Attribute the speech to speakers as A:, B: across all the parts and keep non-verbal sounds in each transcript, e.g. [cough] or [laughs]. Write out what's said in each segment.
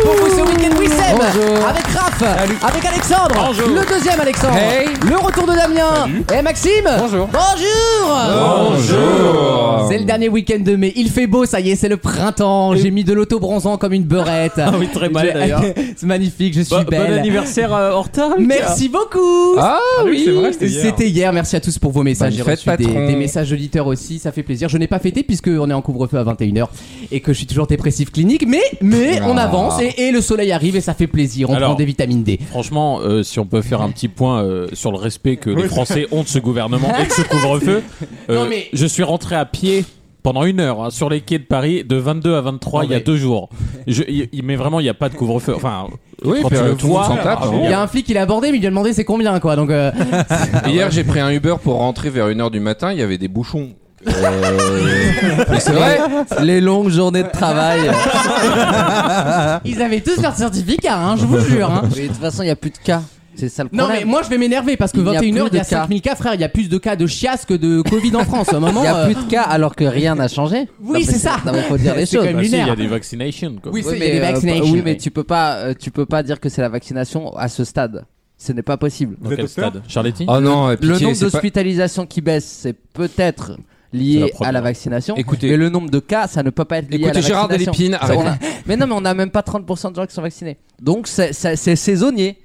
A: pour vous ce week-end Wissem
B: Bonjour.
A: Avec Raph Avec Alexandre
B: Bonjour.
A: Le deuxième Alexandre
B: Hey.
A: Le retour de Damien Et Maxime
B: Bonjour.
A: Bonjour
C: Bonjour
A: C'est le dernier week-end de mai. Il fait beau, ça y est, c'est le printemps. J'ai mis de l'auto-bronzant comme une beurette.
B: Ah oui, très mal,
A: Je-
B: d'ailleurs.
A: [laughs] c'est magnifique, je suis
B: Bon, bon
A: belle.
B: anniversaire euh, en retard, Lucas.
A: Merci beaucoup.
B: Ah oui,
C: c'est vrai, c'était hier.
A: C'était hier, merci à tous pour vos messages.
B: Bonne
A: J'ai
B: fête,
A: reçu des,
B: patron.
A: des messages d'auditeurs aussi, ça fait plaisir. Je n'ai pas fêté puisqu'on est en couvre-feu à 21h et que je suis toujours dépressif clinique, mais, mais on avance et, et le soleil arrive et ça fait plaisir. On
D: Alors.
A: prend des vitamines D.
D: Franchement, euh, si on peut faire un petit point euh, sur le respect que les Français ont de ce gouvernement et de ce couvre-feu, euh,
A: Non, mais-
D: je suis rentré à pied pendant une heure hein, sur les quais de Paris de 22 à 23 il y a deux jours. Je, il- il- mais vraiment, il n'y a pas de couvre-feu. Enfin,
C: Oui,
D: quand
C: puis,
D: tu
C: euh,
D: le
C: tout le monde
D: vois,
C: s'en tape,
D: ah,
C: hein.
A: Il y a un flic qui l'a abordé, mais il lui a demandé c'est combien quoi. Donc euh,
C: Hier, j'ai pris un Uber pour rentrer vers 1h du matin, il y avait des bouchons. [laughs] Euh, mais c'est vrai
B: Les longues journées de travail.
A: ils avaient tous leur certificat, hein, je vous jure. hein.
E: Oui, de toute façon, il n'y a plus de cas. C'est ça le
A: Non mais
E: problème.
A: moi je vais m'énerver parce que
E: Il n'y
A: 21h
E: a plus
A: il y a
E: de cas.
A: 5000 cas frère, il y a plus de cas de chiasse que de Covid en
E: [laughs]
A: France. À un
E: il
A: moment,
E: n'y a
A: euh,
E: plus de cas alors que rien n'a changé.
A: Oui,
E: Non, mais
A: c'est ça.
E: Non, mais faut dire les
A: C'est
E: choses.
A: quand même
D: bah si, il y
A: lunaire.
D: a des vaccinations. Quoi.
A: Oui,
E: Oui,
A: c'est- il y a des
E: euh,
A: vaccinations.
E: oui, mais tu peux pas, euh, tu peux pas dire que c'est la vaccination à ce stade. Ce n'est pas possible.
D: Dans quel stade Charletti
C: Oh non, euh,
E: Le
C: pitié,
E: nombre
C: c'est pas-
E: d'hospitalisations qui baisse, c'est peut-être
D: C'est
E: lié
D: la première.
E: à la vaccination.
C: Écoutez-
E: mais le nombre de cas, ça ne peut pas être lié à la
C: Écoutez, Gérard
E: vaccination.
C: Delépine,
E: Ça, on a-
C: arrêtez.
E: [laughs] Mais non, mais on n'a même pas 30% de gens qui sont vaccinés. Donc c'est- c'est c'est saisonnier.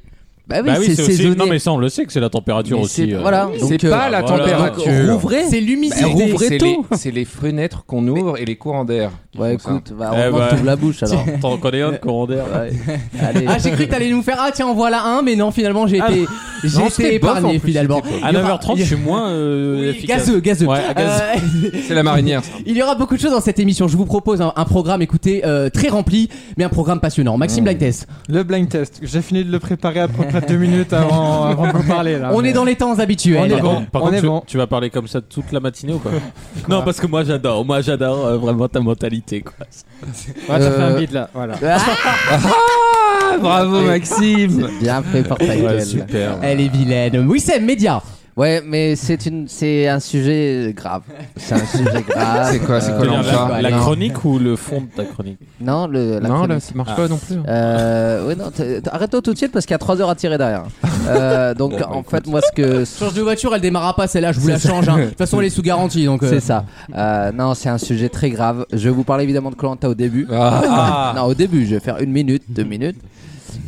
E: Bah oui,
D: Bah
E: c'est
D: c'est aussi-
E: saisonnier.
D: Non, mais ça, on le sait que c'est la température
E: Mais
D: aussi.
E: c'est-
D: euh,
E: voilà.
C: C'est
E: Donc, euh,
C: pas la
D: bah voilà.
C: température.
E: Rouvrez.
A: c'est l'humidité.
C: Bah, rouvrez
E: ouvrez
C: c'est
E: tout.
C: les- C'est les fenêtres qu'on ouvre et les courants d'air. qui
E: Ouais,
C: font ça.
E: écoute, bah,
D: Eh bah.
E: on mange tout
D: [laughs]
E: la bouche alors.
D: T'en connais un, Corander
E: Ouais. Allez.
A: Ah, j'ai cru que t'allais nous faire Ah, tiens, en voilà un, mais non, finalement, j'ai
D: Ah,
A: été, j'ai
C: Non,
A: été
C: c'était bof, en
A: épargné
C: plus,
A: finalement.
D: À
A: Il y aura-
D: 9h30, je suis moins euh,
A: Oui,
D: efficace.
A: Gazeux, gazeux.
D: Ouais, à gaz.
A: Euh, [laughs]
C: C'est la marinière. ça.
A: il y aura beaucoup de choses dans cette émission. Je vous propose un, un programme, écoutez, euh, très rempli, mais un programme passionnant. Maxime Black Test.
F: Le blind test, j'ai fini de le préparer à peu près deux minutes avant, avant de vous parler là.
A: on
F: Mais-
A: est dans les temps habituels.
F: On est
D: Par
F: bon.
D: contre- par
F: on
D: contre,
F: est
D: tu,
F: bon.
D: tu vas parler comme ça toute la matinée ou pas [laughs] Non, parce que moi j'adore, moi j'adore euh, vraiment ta mentalité quoi.
F: Ouais, tu fais un
E: Euh,
F: bide là, voilà.
C: Bravo, Maxime. [laughs]
E: Bien fait par ta gueule.
D: super.
A: Elle est vilaine. Oui, c'est média.
E: Ouais, mais c'est une, c'est un sujet grave. C'est un
C: [laughs]
E: sujet grave.
C: C'est quoi- c'est quoi
E: Euh,
C: l'enfer
D: la, la
E: non.
D: chronique ou le fond de ta chronique
E: Non, le. La
C: Non,
E: chronique.
C: là, ça marche pas non plus. hein.
E: Euh, ouais, non, t- t- arrête-toi tout de suite parce qu'il y a 3 heures à tirer derrière. Euh, donc en fait, moi, ce que
A: Change de voiture, elle démarra pas, celle-là, je vous la change. hein. De toute façon, elle est sous garantie, donc. euh,
E: c'est ça. Euh, non, c'est un sujet très grave. Je vais vous parler évidemment de Colanta au début. [laughs] Non, au début, je vais faire une minute, deux minutes.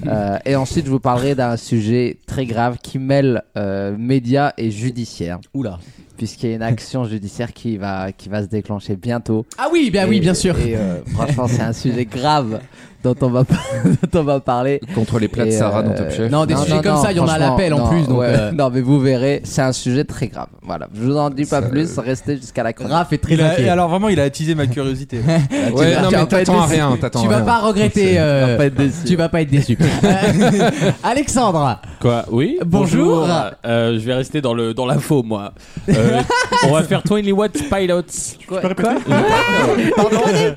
E: Euh, et ensuite, je vous parlerai d'un sujet très grave qui mêle euh, médias et judiciaire,
A: Oula.
E: puisqu'il y a une action judiciaire qui va, qui va se déclencher bientôt.
A: Ah oui, bah oui,
E: Et-
A: bien sûr.
E: Et euh, franchement, c'est un sujet grave dont on va, [laughs] dont on va parler.
C: Ah. Contre les plats de
E: Et,
C: Sarah
E: euh,
C: dans Top Chef.
A: non, des sujets comme ça, il y en a à
E: franchement,
A: l'appel en
E: non,
A: plus, donc,
E: ouais.
A: euh.
E: Non, mais vous verrez, c'est un sujet très grave. Voilà, je vous en dis pas plus,
C: euh,
E: restez jusqu'à la chronique.
A: Raph est très
G: Il a-
A: inquiet.
G: et alors vraiment, il a attisé ma curiosité.
C: Ouais,
A: vas-
C: non,
A: tu vas
C: mais
A: pas être
C: t'attends à
A: déçu.
C: rien. t'attends
A: Tu
C: à
A: vas
C: rien.
A: pas regretter. euh,
E: pas être déçu.
A: Tu vas pas être déçu. Euh, Alexandre.
D: Quoi Oui
A: Bonjour.
D: Euh, je vais rester dans le dans l'info moi. Euh, [laughs] on va faire 20 Watts Pilots. [laughs] Je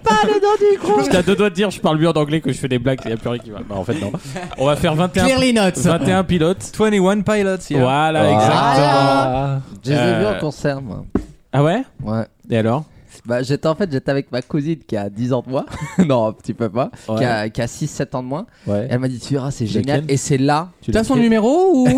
D: t'as deux doigts de dire, je parle mieux en anglais que je fais des blagues, il y a plus rien qui va. Bah, en fait non. On va faire 21
A: Clear les notes.
D: 21 pilotes.
F: 21 Pilots, yeah. Ah.
D: Voilà,
C: Ah.
D: exactement.
E: Je les ai vus
D: Euh,
E: en concert, moi.
D: Ah ouais
E: Ouais.
D: Et alors
E: Bah, j'étais en fait, j'étais avec ma cousine qui a 10 ans de moins. [laughs] non, un petit peu pas.
D: Ouais.
E: Qui a, qui a 6-7 ans de moins.
D: Ouais.
E: Elle m'a dit, tu verras, c'est génial.
D: Laquelle
E: Et c'est là,
A: T'as son numéro ou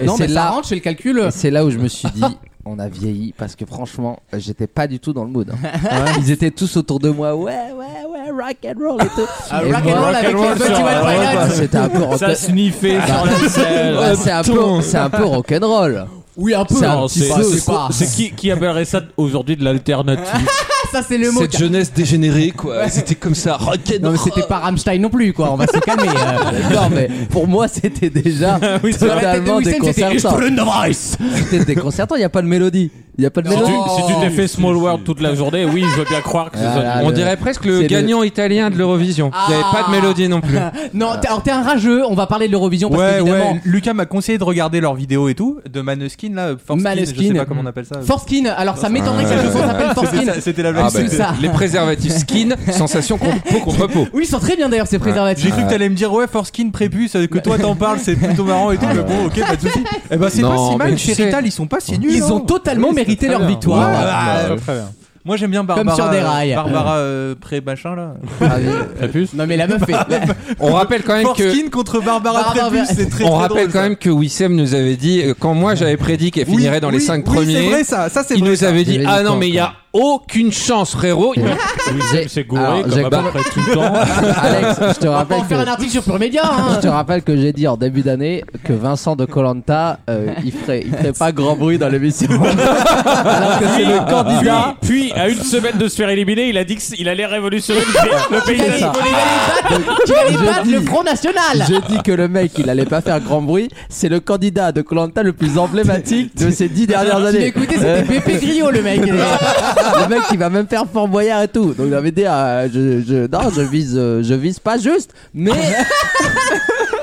E: et
A: Non,
E: c'est
A: mais ça
E: là,
A: rentre chez le calcul. [laughs]
E: et c'est là où je me suis dit, on a vieilli parce que franchement, j'étais pas du tout dans le mood. hein. Ils étaient tous autour de moi, ouais, ouais, ouais, rock and roll et tout.
A: Ah,
E: Et
A: rock
E: moi,
A: and roll avec
D: roll
A: les
D: sur-
A: Festival
D: ouais,
A: Pilots.
E: Ah, C'était un peu
D: Ça
E: rock'n'roll.
D: sniffait
E: Ah,
D: sur la selle.
E: Ouais, c'est un peu, c'est un peu rock'n'roll.
A: Oui, un peu.
E: C'est
A: hein.
E: un
D: Non,
E: petit
D: c'est
E: peu,
A: c'est
D: c'est quoi-
A: pas-
D: c'est qui, qui appellerait ça aujourd'hui de l'alternative
E: Ah.
A: Ça, c'est le mot.
G: Cette jeunesse dégénérée, quoi. C'était comme ça, rock'n'roll.
A: Non, mais c'était pas Rammstein non plus, quoi. On va se calmer. euh.
E: Non mais pour moi c'était déjà
D: Oui, c'est
A: [laughs] Dans la tête de
E: totalement des
A: Wissem, c'était [laughs]
E: concertants.
A: It's the Voice.
E: C'était des concertants, il n'y a pas de mélodie. Il y a pas de
D: Si
E: mélange.
A: [laughs]
D: tu, si tu t'es fait Small World toute la journée, oui, je veux bien croire que ce
E: Ah
D: soit.
E: là,
D: du-
C: On
E: le-
C: dirait presque le
E: c'est
C: gagnant italien de l'Eurovision.
A: Ah.
C: Il n'y avait pas de mélodie non plus.
A: Non, t'es- alors t'es un rageux, on va parler de l'Eurovision parce
G: Ouais,
A: qu'évidemment.
G: ouais. Lucas m'a conseillé de regarder leurs vidéos et tout, de Maneskin, là, euh, Forskin, je
A: Maneskin.
G: sais pas comment on appelle ça.
A: Forskin, alors ça m'étonnerait que la
C: Ouais.
A: chanson s'appelle
G: C'était
A: Forskin.
G: ça- [laughs] C'était la
C: Ah,
G: blague.
C: bah,
A: c'est ça.
C: Les préservatifs skin, sensation contre- peau contre peau.
A: Oui, ils sont très bien d'ailleurs ces
G: J'ai
A: préservatifs.
G: cru que t'allais me dire ouais Forskin prépuce euh, que toi t'en parles c'est plutôt marrant et tout mais bon ok pas de soucis Eh ben c'est pas
C: Non,
G: si
C: mais
G: mal
C: tu
G: chez
C: sais-
G: Rital ils sont pas si nuls
A: Ils
G: hein.
A: ont totalement mérité leur victoire.
G: Ouais.
C: Ah,
G: Ah,
C: bah,
F: Très bien.
G: Moi j'aime bien Barbara
A: sur des rails.
G: Barbara euh, pré machin là
D: Prépuce
A: Non mais la meuf est.
C: On rappelle quand même que.
G: Forskin contre Barbara
A: Barbara-
G: prépuce c'est très
C: On
G: très
C: rappelle
G: drôle,
C: quand
G: ça.
C: même que Wissem nous avait dit, euh, quand moi j'avais prédit qu'elle
G: Oui,
C: finirait dans les
G: oui,
C: 5
G: oui,
C: premiers,
G: c'est vrai ça ça c'est
C: il
G: vrai
C: nous
G: ça.
C: avait dit
E: J'avais
C: Ah
E: dit
C: non,
E: ça,
C: mais il n'y a aucune chance, frérot. Il-
D: Oui, c'est gouré
E: Alors,
D: comme
E: Jacques
D: à peu
E: Barre-
D: près tout le temps.
E: Alex, je te
A: On va
E: rappelle
A: en faire un
E: que.
A: article sur Pure Média.
E: [laughs]
A: hein.
E: Je te rappelle que j'ai dit en début d'année que Vincent de Colanta, euh, il ferait, il ferait pas grand bruit dans
A: [laughs]
E: l'émission. Alors que [laughs] c'est le candidat.
D: Puis, puis, à une semaine de se faire éliminer, il a dit qu'il allait révolutionner le pays- le pays
A: Il
D: de
A: allait- il
D: la
A: allait battre- il allait battre le Front National.
E: J'ai dit que le mec, il allait pas faire grand bruit. C'est le candidat de Colanta le plus emblématique de ces
A: [laughs]
E: dix dernières
A: Tu l'as
E: années.
A: écouté, c'était Pépé Griot le mec.
E: [laughs] le mec qui va même faire Fort Boyard et tout. Donc j'avais dit, euh, je, je- non, je vise, euh, je vise pas juste, mais.
A: [laughs]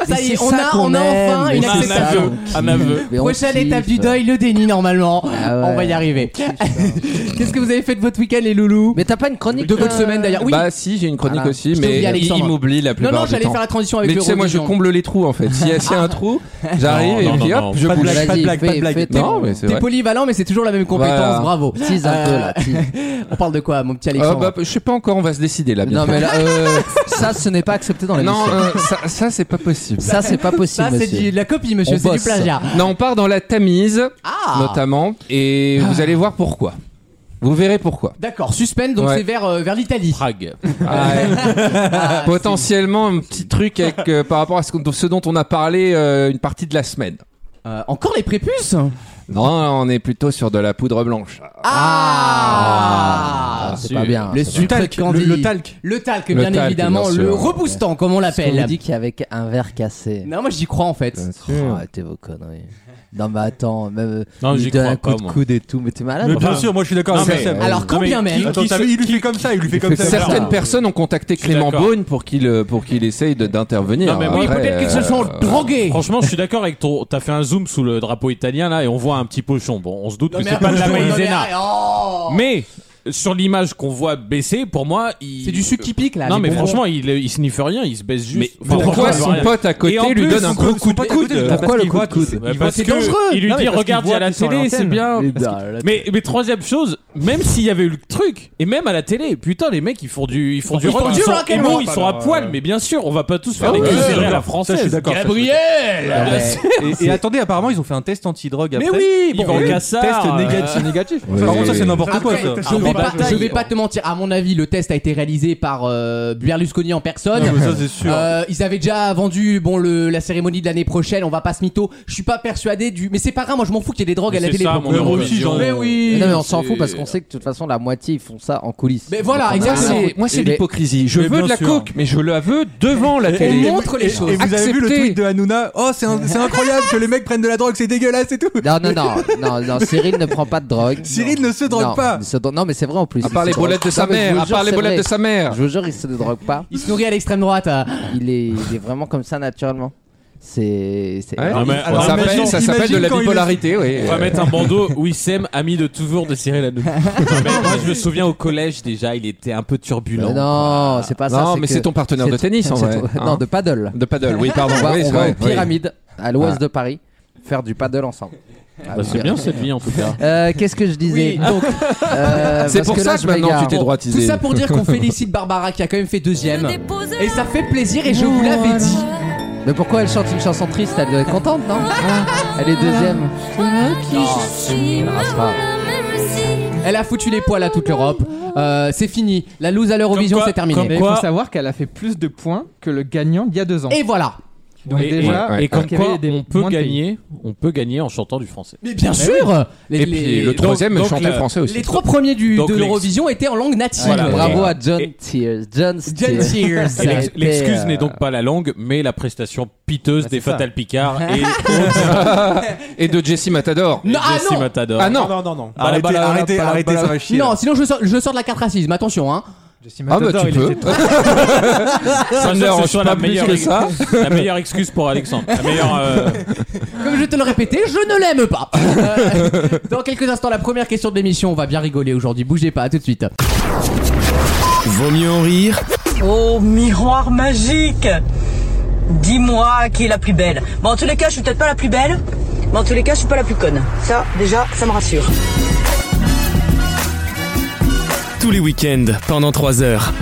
A: Ça y
E: Mais
A: est,
E: c'est
A: on a,
E: qu'on
A: on a
E: aime,
A: enfin
E: mais
A: une
D: On a un
E: c'est ça
D: aveu,
A: acceptation.
E: qu'on
D: un
E: kiffe.
D: aveu.
E: Mais on
A: Prochaine
E: kiffe.
A: étape du deuil, le déni normalement.
E: Ah ouais.
A: On va y arriver. [laughs] Qu'est-ce que vous avez fait de votre week-end les loulous
E: Mais t'as pas une chronique
A: De votre
E: euh,
A: semaine d'ailleurs. Oui.
C: Bah si, j'ai une chronique
E: Voilà.
C: aussi,
A: Je t'ai
C: mais
A: oublié,
C: il
A: Alexandre.
C: il m'oublie la
A: non
C: plupart
A: non,
C: du
A: j'allais
C: temps.
A: faire la transition avec
C: Mais
A: le
C: tu sais, moi je comble les trous en fait. S'il y a s'il y a
A: [laughs]
C: un trou, j'arrive
D: Non,
C: et
D: non,
C: puis
D: non,
C: hop,
D: non.
C: je
G: Pas de
C: bouge.
G: blague, pas de
E: Vas-y,
G: blague, pas
E: fais-
G: de blague.
E: fais
G: Non,
C: Non, mais c'est
A: T'es
C: vrai.
A: polyvalent mais c'est toujours la même compétence,
C: Voilà.
A: bravo.
E: Tease un peu,
A: Euh,
E: là, tease.
A: [laughs] On parle de quoi mon petit
C: Ah,
A: Alexandre
C: bah, je sais pas encore, on va se décider là.
E: Non
C: bientôt.
E: mais là, euh, ça ce n'est pas accepté dans les
C: Non, euh, ça, ça, c'est pas possible.
E: Ça c'est pas possible.
A: Ça c'est
E: monsieur.
A: du- de la copie monsieur,
E: On
A: c'est du
E: bosse.
A: plagiat.
C: Non, on part dans la Tamise,
A: Ah
C: notamment, et vous allez voir pourquoi. Vous verrez pourquoi.
A: D'accord, suspense donc
C: Ouais.
A: c'est vers euh, vers l'Italie.
D: Prague.
C: Ah, Potentiellement un petit truc avec, euh, par rapport à ce, qu'on- ce dont on a parlé euh, une partie de la semaine.
A: Euh, encore les prépuces
C: Non, on est plutôt sur de la poudre blanche.
A: Ah,
E: Ah, c'est pas bien.
A: Le
E: c'est pas bien.
A: sucre candide. Le, talc. Le talc,
C: Le
A: bien
C: talc,
A: évidemment.
C: bien sûr.
A: le reboostant, comme on
E: Parce qu'on
A: l'appelle.
E: vous dit qu'il y avait un verre cassé.
A: Non, moi j'y crois en fait.
E: Oh, arrêtez vos conneries. Non mais attends, même euh,
D: Non,
E: il
D: j'y
E: donne un
D: crois
E: coup
D: pas,
E: de
D: moi.
E: coude et tout, mais t'es malade.
G: mais
E: Enfin,
G: bien sûr moi je suis d'accord
D: Non,
G: avec
D: mais-
G: Seb.
A: Alors quand
D: mais
A: bien même.
G: Attends, t'as vu, il lui fait comme ça il lui fait comme ça
C: Certaines personnes ont contacté
D: suis
C: Clément
D: d'accord.
C: Beaune pour qu'il euh, pour qu'il essaye de- d'intervenir.
D: Non, mais moi,
A: Oui,
C: Après,
A: peut-être qu'ils
C: euh,
A: se sont drogués.
D: Franchement, je suis d'accord avec ton. T'as fait un zoom sous le drapeau italien là et on voit un petit pochon. Bon, on se doute
A: Non,
D: que
A: mais
D: c'est pas de la
A: attends, non, mais
D: maïzena.
A: oh.
D: Mais sur l'image qu'on voit baisser, pour moi, il...
A: C'est du sucre qui pique là.
D: Non,
A: les
D: mais
A: bonbons.
D: franchement, il, il sniffe rien, il se baisse
C: Mais
D: juste. Enfin, franchement,
C: pourquoi
D: il voit
C: son
D: rien.
C: pote
D: Et
C: à
D: en
C: côté lui
D: plus,
C: donne un
D: son
C: gros coup de
G: pas
C: coude
E: Pourquoi le coup de coude
D: Bah,
A: Il
D: parce
A: va- c'est
D: que
A: dangereux.
D: Il lui
F: Non, mais
D: dit,
F: parce qu'il
D: regarde, il y a
F: voit
D: la
F: qu'il est sur
D: télé, c'est
F: l'antenne.
D: bien.
E: les dalles, là,
D: Mais, mais troisième chose, même s'il y avait eu le truc, et même à la télé, putain, les mecs ils font du, ils font du
A: Ils
D: rock,
A: font
D: ils,
A: du
D: sont,
A: rock and
D: et bon,
A: roll.
D: ils sont à
C: Ah,
D: poil, mais bien sûr, on va pas tous faire
A: Ah
D: des
A: oui,
D: culs
A: je suis
D: serrés à la
G: d'accord. Ça, je suis
D: française.
G: d'accord, ça, je suis
D: Gabriel
E: Non, mais-
G: Et, et attendez, apparemment, ils ont fait un test anti-drogue après.
D: Mais oui,
G: Ils
D: Yvan
G: ont eu
D: Cassard,
G: Test
D: euh,
G: négatif. négatif. Par contre, ça, c'est n'importe quoi,
A: Après,
G: ça.
A: je, vais pas, je vais pas te mentir, à mon avis, le test a été réalisé par euh, Berlusconi en personne.
G: Non, mais ça, c'est sûr.
A: Euh, ils avaient déjà vendu bon le, la cérémonie de l'année prochaine, on va pas se mytho. Je suis pas persuadé du mais c'est pas grave, moi je m'en fous qu'il y ait des drogues à la
D: C'est
A: télé.
D: ça,
A: pour
D: mon
A: le coup.
D: Eurovision.
A: Mais oui.
E: Mais non mais on s'en fout parce qu'on sait que de toute façon la moitié ils font ça en coulisses.
A: Mais voilà,
E: Donc, on a
C: Moi,
A: exactement.
E: rien à
C: c'est
E: foutre.
C: moi, c'est
E: Et ben,
C: l'hypocrisie. Je
G: Mais
C: veux
G: bien
C: de la
G: sûr.
C: coke, mais je la veux devant la
A: On
C: télé.
A: montre les choses.
G: Et vous avez vu le
C: Acceptez.
G: tweet de Hanouna Oh, c'est un- c'est incroyable que les mecs prennent de la drogue, c'est dégueulasse et tout.
E: [laughs] Non, non, non, non, non, Cyril ne prend pas de drogue.
G: Cyril ne se drogue
E: Non,
G: pas.
E: il se dro- Non, mais c'est vrai en plus.
C: À part
E: il
C: les
E: se drogue-
C: bolettes de sa
E: Non, mais je vous
C: mère, à
E: jure,
C: part les
E: c'est
C: bolettes
E: vrai.
C: de sa mère.
E: Je vous jure, il se drogue pas.
A: Il se nourrit à l'extrême droite. euh.
E: Il est, il est vraiment comme ça naturellement. C'est. c'est-
C: Ouais.
D: Non, mais
C: Ça
D: on, va
G: imagine-
C: s'appelle-
D: mettre,
C: ça s'appelle
G: imagine
C: de la
G: quand il est-
C: bipolarité, oui.
D: on va mettre un bandeau Wissem, ami de toujours de Cyril Hanouna. Non, mais moi, je me souviens au collège déjà, il était un peu
C: Oh,
E: Mais
D: turbulent.
E: non, c'est
A: Ah,
E: pas ça.
C: Non, mais
E: que-
C: c'est ton partenaire de
A: [laughs]
E: c'est-
C: tennis en
E: c'est
C: vrai.
E: ton-
C: hein.
E: Non, de paddle.
C: De paddle, oui, pardon.
E: on va,
C: oui,
E: on
C: c'est
E: va
C: vrai,
E: aux
C: oui.
E: pyramides, à l'ouest
C: Ah.
E: de Paris, faire du paddle ensemble. Ah
D: Bah,
E: oui.
D: c'est bien cette vie en tout cas.
E: Euh, Qu'est-ce que je disais
A: Oui.
E: Donc, euh,
C: [laughs] C'est
E: parce
C: pour ça
E: là,
C: que
E: je
C: maintenant tu
E: m'égare.
C: t'es droitisé.
A: Tout ça pour dire
C: [laughs]
A: qu'on félicite Barbara qui a quand même fait deuxième. Et ça fait plaisir et je vous l'avais dit.
E: Mais pourquoi elle chante une chanson triste Elle doit être contente, non
A: Ah.
E: Elle est deuxième. Ah, c'est pas-
A: Elle a foutu les poils à toute l'Europe. Euh, c'est fini. La loose à l'Eurovision
D: Comme quoi-
A: c'est terminé.
D: comme
F: Mais il
D: Quoi
F: faut savoir qu'elle a fait plus de points que le gagnant il y a deux ans.
A: Et voilà.
F: Donc
D: et,
F: déjà,
D: et-
C: ouais,
D: et comme
F: qu'il y
D: quoi,
F: avait des-
D: on peut
F: moins de pays.
D: gagner, on peut gagner en chantant du français.
A: Mais bien sûr les,
C: Et puis
A: les-
C: le troisième
D: donc,
C: chantait
D: euh,
C: français aussi.
A: les trois premiers du,
D: donc
A: de
D: les-
A: l'Eurovision étaient en langue native.
D: Voilà.
E: Bravo à John
D: Et-
E: Tears. John
A: John
E: Tears.
A: Sears.
D: Et l'ex-
E: été,
D: L'excuse
E: euh,
D: n'est donc pas la langue, mais la prestation piteuse
A: Bah,
D: des
G: c'est ça.
A: [laughs]
D: Fatal Picard et
C: Et de Jesse Matador.
A: Ah Non, ah
D: Jesse
A: non
D: Matador.
C: Ah non
G: non, non, non.
D: Bala,
G: Arrêtez,
D: bala, bala,
G: arrêtez,
D: bala,
G: arrêtez,
D: bala.
G: ça va chier.
A: Non, sinon je sors, je sors de la carte racisme, attention hein.
C: Ah bah tu peux.
D: Ça
C: me dérange
D: soit
C: pas
D: la
C: plus
D: meilleure,
C: que
D: ex-
C: ça.
D: la meilleure excuse pour Alexandre.
A: [laughs]
D: La meilleure. euh,
A: Comme je te le répétais, je ne l'aime pas. [laughs] Euh, Dans quelques instants, la première question de l'émission, on va bien rigoler aujourd'hui, bougez pas, à tout de suite.
H: Vaut mieux en rire
I: Oh, miroir magique Dis-moi qui est la plus belle. Bon, en tous les cas, je suis peut-être pas la plus belle, mais en tous les cas, je suis pas la plus conne. Ça, déjà, ça me rassure.
H: tous les week-ends pendant 3 heures.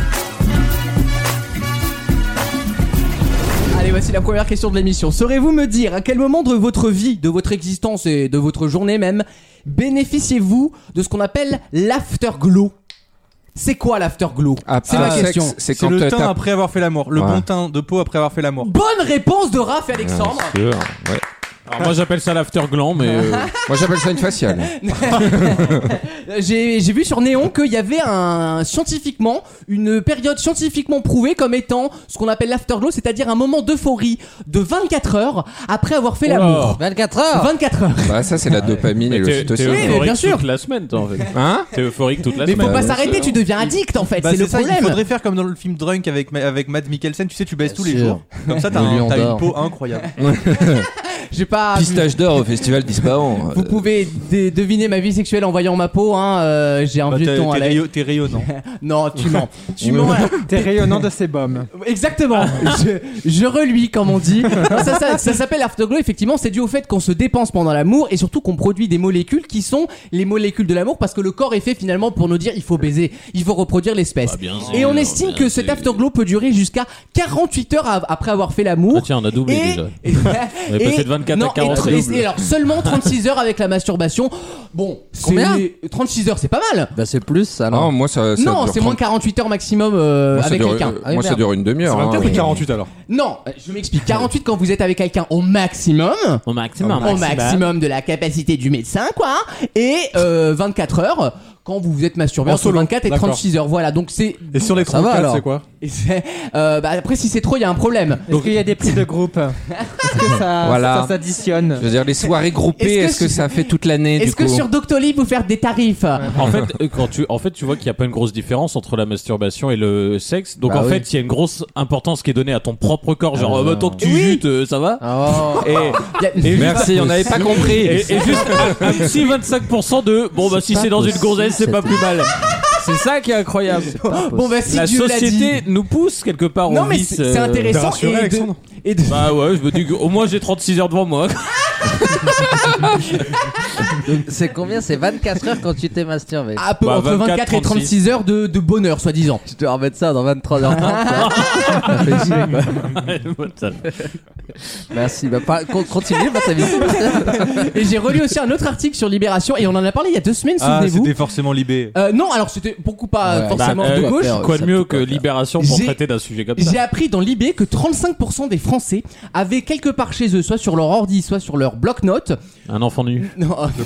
A: Allez, voici la première question de l'émission. Saurez-vous me dire à quel moment de votre vie, de votre existence et de votre journée même, bénéficiez-vous de ce qu'on appelle l'afterglow C'est quoi l'afterglow
C: Ah,
A: C'est ma
C: ah,
A: question.
C: sexe, C'est
G: C'est
C: quand
G: le
C: euh,
G: teint
C: t'as.
G: après avoir fait l'amour. Le
C: Ouais.
G: bon teint de peau après avoir fait l'amour.
A: Bonne réponse de Raph et Alexandre.
C: Sûr, ouais.
D: alors moi j'appelle ça l'aftergland, mais euh,
A: [laughs]
C: Moi j'appelle ça une faciale.
A: Euh, J'ai j'ai vu sur Néon qu'il y avait un scientifiquement une période scientifiquement prouvée comme étant ce qu'on appelle l'afterglow, c'est-à-dire un moment d'euphorie de 24 heures après avoir fait
D: Oh là.
A: l'amour.
E: 24 heures
A: 24 heures.
C: Bah ça c'est la dopamine et
D: t'es- t'es
C: l'ocytocine.
A: mais bien
D: euphorique
A: sûr.
D: toute la semaine, toi en fait.
C: Hein
D: T'es euphorique toute la
A: Mais faut
D: semaine.
A: pas s'arrêter, tu deviens addict en fait,
G: Ah, Bah,
A: c'est le
G: ça,
A: problème.
G: Il faudrait faire comme dans le film Drunk avec, Ma- avec Matt Mikkelsen. Tu sais, tu baisses tous les
E: sûr.
G: jours. Comme ça, t'as
E: Le
G: un-
E: lion
G: t'as une
E: d'or.
G: peau
A: [laughs]
G: incroyable. [laughs]
A: J'ai pas.
C: Pistache d'or au festival d'Ispahan.
D: Euh,
A: Vous pouvez dé- deviner ma vie sexuelle en voyant ma peau, hein. euh, j'ai un
G: Bah,
A: vieux
G: T'es
A: ton à
G: t'es
A: la.
G: rayo- t'es rayonnant.
A: Non, tu
D: [laughs]
A: mens. tu mens.
F: T'es rayonnant de sébum.
A: Exactement. je, je reluis, comme on dit. Non, ça ça- ça s'appelle afterglow. Effectivement, c'est dû au fait qu'on se dépense pendant l'amour et surtout qu'on produit des molécules qui sont les molécules de l'amour parce que le corps est fait finalement pour nous dire il faut baiser, il faut reproduire l'espèce.
D: Ah, bien
A: et
D: sûr, Ah,
A: on estime
D: bien
A: que cet
D: sûr.
A: afterglow peut durer jusqu'à 48 heures av- après avoir fait l'amour.
D: Ah, tiens, on a doublé
A: Et- [laughs]
D: déjà.
A: et-
D: On est passé de 24
A: non,
D: à 40
A: et- et- et alors seulement 36 heures avec la masturbation. Bon, c'est-
E: Combien
A: 36 heures, c'est pas mal.
E: Bah c'est plus
C: Euh, Non,
E: alors.
C: moi ça. ça
A: Non,
C: dure
A: c'est moins
C: 30
A: 48 heures maximum euh,
C: Moi, ça
A: avec
C: dure-
A: quelqu'un.
C: euh,
E: Ah oui,
C: Moi ça
E: merde.
C: dure une demi-heure. hein, mais-
G: 48 alors.
A: Non, euh, je m'explique. 48 quand vous êtes avec quelqu'un au maximum,
D: Au maximum.
A: au maximum de la capacité du médecin, quoi, et euh, 24 heures quand vous vous êtes masturbé
G: En
A: entre
G: solo,
A: 24 et
G: d'accord.
A: 36 heures. Voilà, donc c'est. [laughs]
G: Et sur les
E: Bah, Ça va,
G: 34,
E: alors.
G: c'est quoi
A: et c'est- euh, bah, après, si c'est trop, il y a un problème.
F: Est-ce qu'il y a des prix de groupe Est-ce que [laughs] ça,
C: Voilà.
F: ça s'additionne
C: Je veux dire, les soirées groupées,
A: Est-ce que
C: est-ce que,
A: sur-
C: ça fait toute l'année du
A: Est-ce
C: coup
A: que sur Doctolib vous faire des tarifs
D: En fait, euh, quand tu, en fait, tu vois qu'il n'y a pas une grosse différence entre la masturbation et le sexe. Donc
E: Bah
D: en
E: oui.
D: fait, il y a une grosse importance qui est donnée à ton propre corps. Genre,
E: Ah,
D: euh, bah, tant que tu jutes, euh, ça va.
E: Oh. [laughs]
D: Et,
A: Y a-
C: Merci, on n'avait pas compris.
D: et, et juste un petit 25% de bon, bah, si
E: pas
D: c'est dans une
E: possible,
D: gonzesse, c'est pas
E: cette-
D: plus mal. C'est ça qui est incroyable. ben,
A: Bon, bah, si
D: la
A: Dieu l'a dit.
D: société nous pousse quelque part
A: Non,
D: au
A: mais
D: vice,
A: c'est c'est
D: euh,
A: intéressant.
G: rassuré,
A: et de-
G: Alexandre
A: et de-
D: Bah ouais, je me dis qu'au moins j'ai 36 heures devant moi.
E: Donc, C'est combien C'est 24 heures quand tu t'es masturbé.
A: à peu,
D: Bah,
A: entre 24, et
D: 36.
A: 36 heures de, de bonheur,
G: [laughs]
A: soi-disant.
E: Tu dois remettre ça dans 23h30.
A: [laughs]
E: Merci. Bah, par- con- continue pour ta vie.
A: Et j'ai relu aussi un autre article sur Libération et on en a parlé il y a deux semaines,
G: Ah,
A: souvenez-vous.
G: c'était forcément libé.
A: Euh, non, alors c'était beaucoup pas
E: Ouais.
A: forcément
D: Bah, euh,
A: de gauche.
E: faire.
D: Quoi
E: Ça
D: de mieux
E: peut
D: que
E: pas faire.
D: Libération pour
A: J'ai-
D: traiter d'un sujet comme
A: J'ai
D: ça
A: appris dans l'IB que 35% des Français avaient quelque part chez eux, soit sur leur ordi, soit sur leur bloc-notes.
D: Un enfant nu.
A: [laughs] Non,
C: [laughs]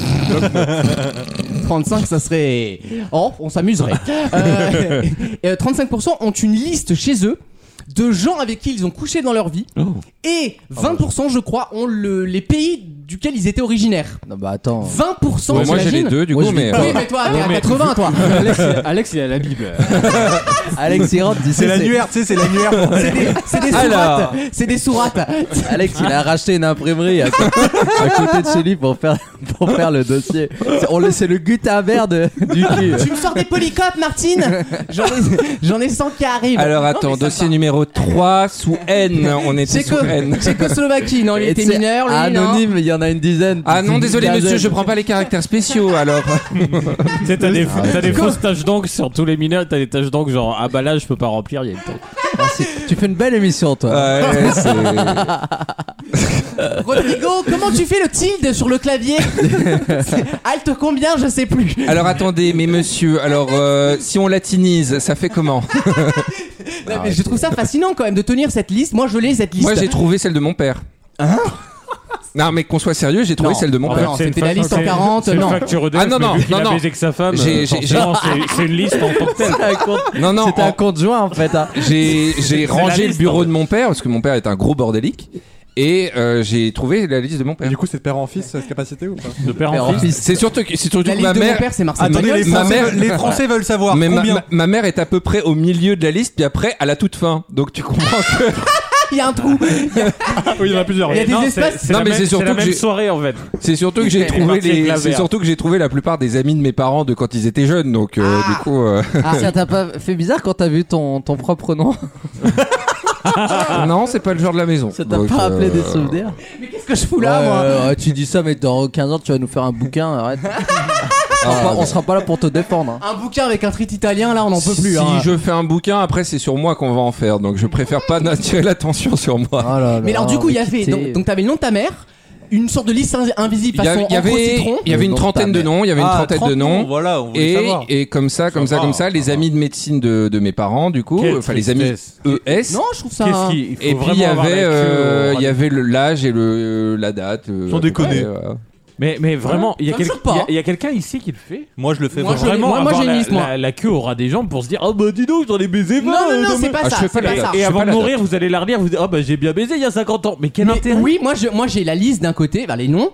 A: 35, ça serait. Oh, on
C: [laughs]
A: s'amuserait. Euh, et, euh, 35% ont une liste chez eux de gens avec qui ils ont couché dans leur vie.
C: Oh.
A: Et 20%, je crois, ont le, les pays duquel ils étaient originaires.
E: Non, bah attends.
A: 20%
C: Ouais, Moi j'ai les
A: t'imagines
C: deux du
E: Moi,
C: coup,
E: je
C: mais.
E: vais
A: Oui, mais toi, t'es à 80,
C: [laughs]
A: toi.
F: Alex, Alex, il a la Bible.
E: Alex Hirand dit
G: C'est l'annuaire, tu sais, c'est l'annuaire.
A: C'est des- C'est des sourates. C'est des sourates.
E: Alex, il a racheté une imprimerie à, co- à côté de chez lui pour faire, pour faire le dossier. C'est- On le, c'est le Gutenberg de- du cul.
A: Tu me sors des polycopes, Martine J'en ai, j'en ai 100 qui arrivent.
C: Alors
A: Non,
C: attends,
A: mais ça
C: dossier
A: va.
C: numéro 3 sous N. On était sous N.
A: Tchéco- Tchécoslovaquie, non, il
E: Et
A: était
E: tu sais,
A: mineur, lui. hein.
E: Anonyme, il y en a une dizaine.
C: Ah non, désolé
E: Une
C: monsieur, je
E: dizaine.
C: prends pas les caractères spéciaux alors.
D: Tu sais, t'as des, t'as des fausses taches d'encre sur tous les mineurs, t'as des taches d'encre genre ah bah là je peux pas remplir, il y a une tache.
E: Merci. Tu fais une belle émission, toi.
C: Ouais, c'est-
A: Rodrigo, comment tu fais le tilde sur le
E: [laughs]
A: clavier Alt combien, je sais plus.
C: Alors attendez, mais monsieur, alors euh, si on latinise, ça fait comment
A: Non,
E: Ah,
A: mais je trouve ça fascinant quand même de tenir cette liste. Moi, je l'ai cette liste.
C: Moi j'ai trouvé celle de mon père. Non mais qu'on soit sérieux, j'ai trouvé
A: Non.
C: celle de mon
A: Ah,
C: père.
A: non, c'était la liste en 40,
D: C'est une
A: non.
D: facture EDF,
C: Ah, non,
D: mais
C: non,
D: vu qu'il
C: non,
D: a
C: non.
D: baisé que sa femme,
C: J'ai-
D: euh,
C: j'ai-
D: forcément, c'est- c'est une liste en tant que telle.
C: Non non,
E: C'était
C: en-
E: un compte joint en fait. hein.
C: j'ai j'ai
D: la
C: rangé le
D: liste, en
C: bureau
D: fait.
C: de mon père parce que mon père est un gros bordélique et euh, j'ai trouvé la liste de mon père.
G: Du coup, c'est de père en fils, cette capacité ou pas
D: De père
E: Père
D: en
E: en
D: fils.
C: C'est surtout que c'est surtout
A: La
C: que
A: liste
C: ma
A: de mon
C: mère
A: père, c'est Marcel
C: Attendez,
A: Pagnol.
G: Attendez, les
C: ma
G: Français,
C: mère-
G: les Français veulent savoir
C: mais ma,
G: combien.
C: ma- ma mère est à peu près au milieu de la liste, puis après à la toute fin. Donc tu comprends que
A: Il y a un trou.
D: Oui, il y en a plusieurs.
A: Il y a des espaces.
D: C'est
C: Non,
D: la
C: mais
D: même-
C: c'est
D: c'est
C: surtout
D: la
C: que j'ai-
D: même soirée en fait.
C: c'est surtout que
D: Elle
C: j'ai
D: est
C: trouvé
D: partie avec
C: les
D: la
C: c'est
D: verre.
C: surtout que j'ai trouvé la plupart des amis de mes parents de quand ils étaient jeunes. Donc euh, du coup euh,
E: Ça t'a pas fait bizarre quand t'as vu ton, ton propre nom
C: [laughs] non, c'est pas le genre de la maison.
E: [laughs] Ça t'a
C: Donc,
E: pas rappelé
C: euh,
E: des souvenirs
A: Mais qu'est-ce que je fous là, moi
E: Ouais, ouais, Tu dis ça, mais dans 15 ans, tu vas nous faire un bouquin, arrête.
A: Ah.
E: On sera pas- on sera pas là pour te défendre. hein.
A: Un bouquin avec un trait italien, là, on n'en peut
C: Si
A: plus. hein.
C: je fais un bouquin, après c'est sur moi qu'on va en faire, donc je préfère pas [laughs] attirer l'attention sur moi.
E: Oh là là,
A: Mais alors, du
E: on
A: coup, il y
E: est
A: avait.
E: quitté.
A: Donc, donc t'avais le nom de ta mère, une sorte de liste in- invisible
C: Il y,
A: façon
C: a- il y
A: encre au
C: avait,
A: citron.
C: il y avait une
E: Le nom de ta
C: trentaine de
E: mère.
C: noms, il y avait une
G: Ah,
C: trentaine
G: 30
C: de noms.
G: Voilà, on voulait
C: Et,
G: savoir.
C: et comme ça, comme ça,
G: va,
C: comme ça, les amis de médecine de, de mes parents, du coup,
D: Quelle
C: enfin les amis
D: tristesse.
C: ES.
A: Non, je trouve ça.
D: Qu'est-ce qu'il faut
C: Et puis il y
D: vraiment avoir
C: avait,
D: la queue
C: euh,
D: au
C: il y avait le- l'âge et le la date. euh,
G: Sans
C: à peu
G: déconner.
C: près, euh.
D: Mais, mais vraiment, il y a
A: Ça me
D: quelqu'un
A: choque pas,
D: il y a-
A: hein.
D: il y a quelqu'un ici qui le fait
G: Moi, je le fais
A: Moi,
G: vraiment.
A: je-
D: Vraiment,
A: moi, j'ai
D: avoir
A: une
D: la,
A: liste, moi.
D: la- la queue aura des jambes pour se dire Oh bah dis donc, j'en ai baisé
A: Non,
D: 20
A: non, non,
D: euh,
A: c'est pas
C: Ah,
A: ça.
C: je fais pas
A: c'est
C: la
A: pas ça.
C: date.
D: Et
C: Je sais
D: avant
C: pas
D: de
C: la
D: mourir, vous allez la relire, vous dites Ah bah j'ai bien baisé il y a 50 ans. Mais quel
A: Mais
D: intérêt
A: oui, moi je, moi j'ai la liste d'un côté, bah, les noms,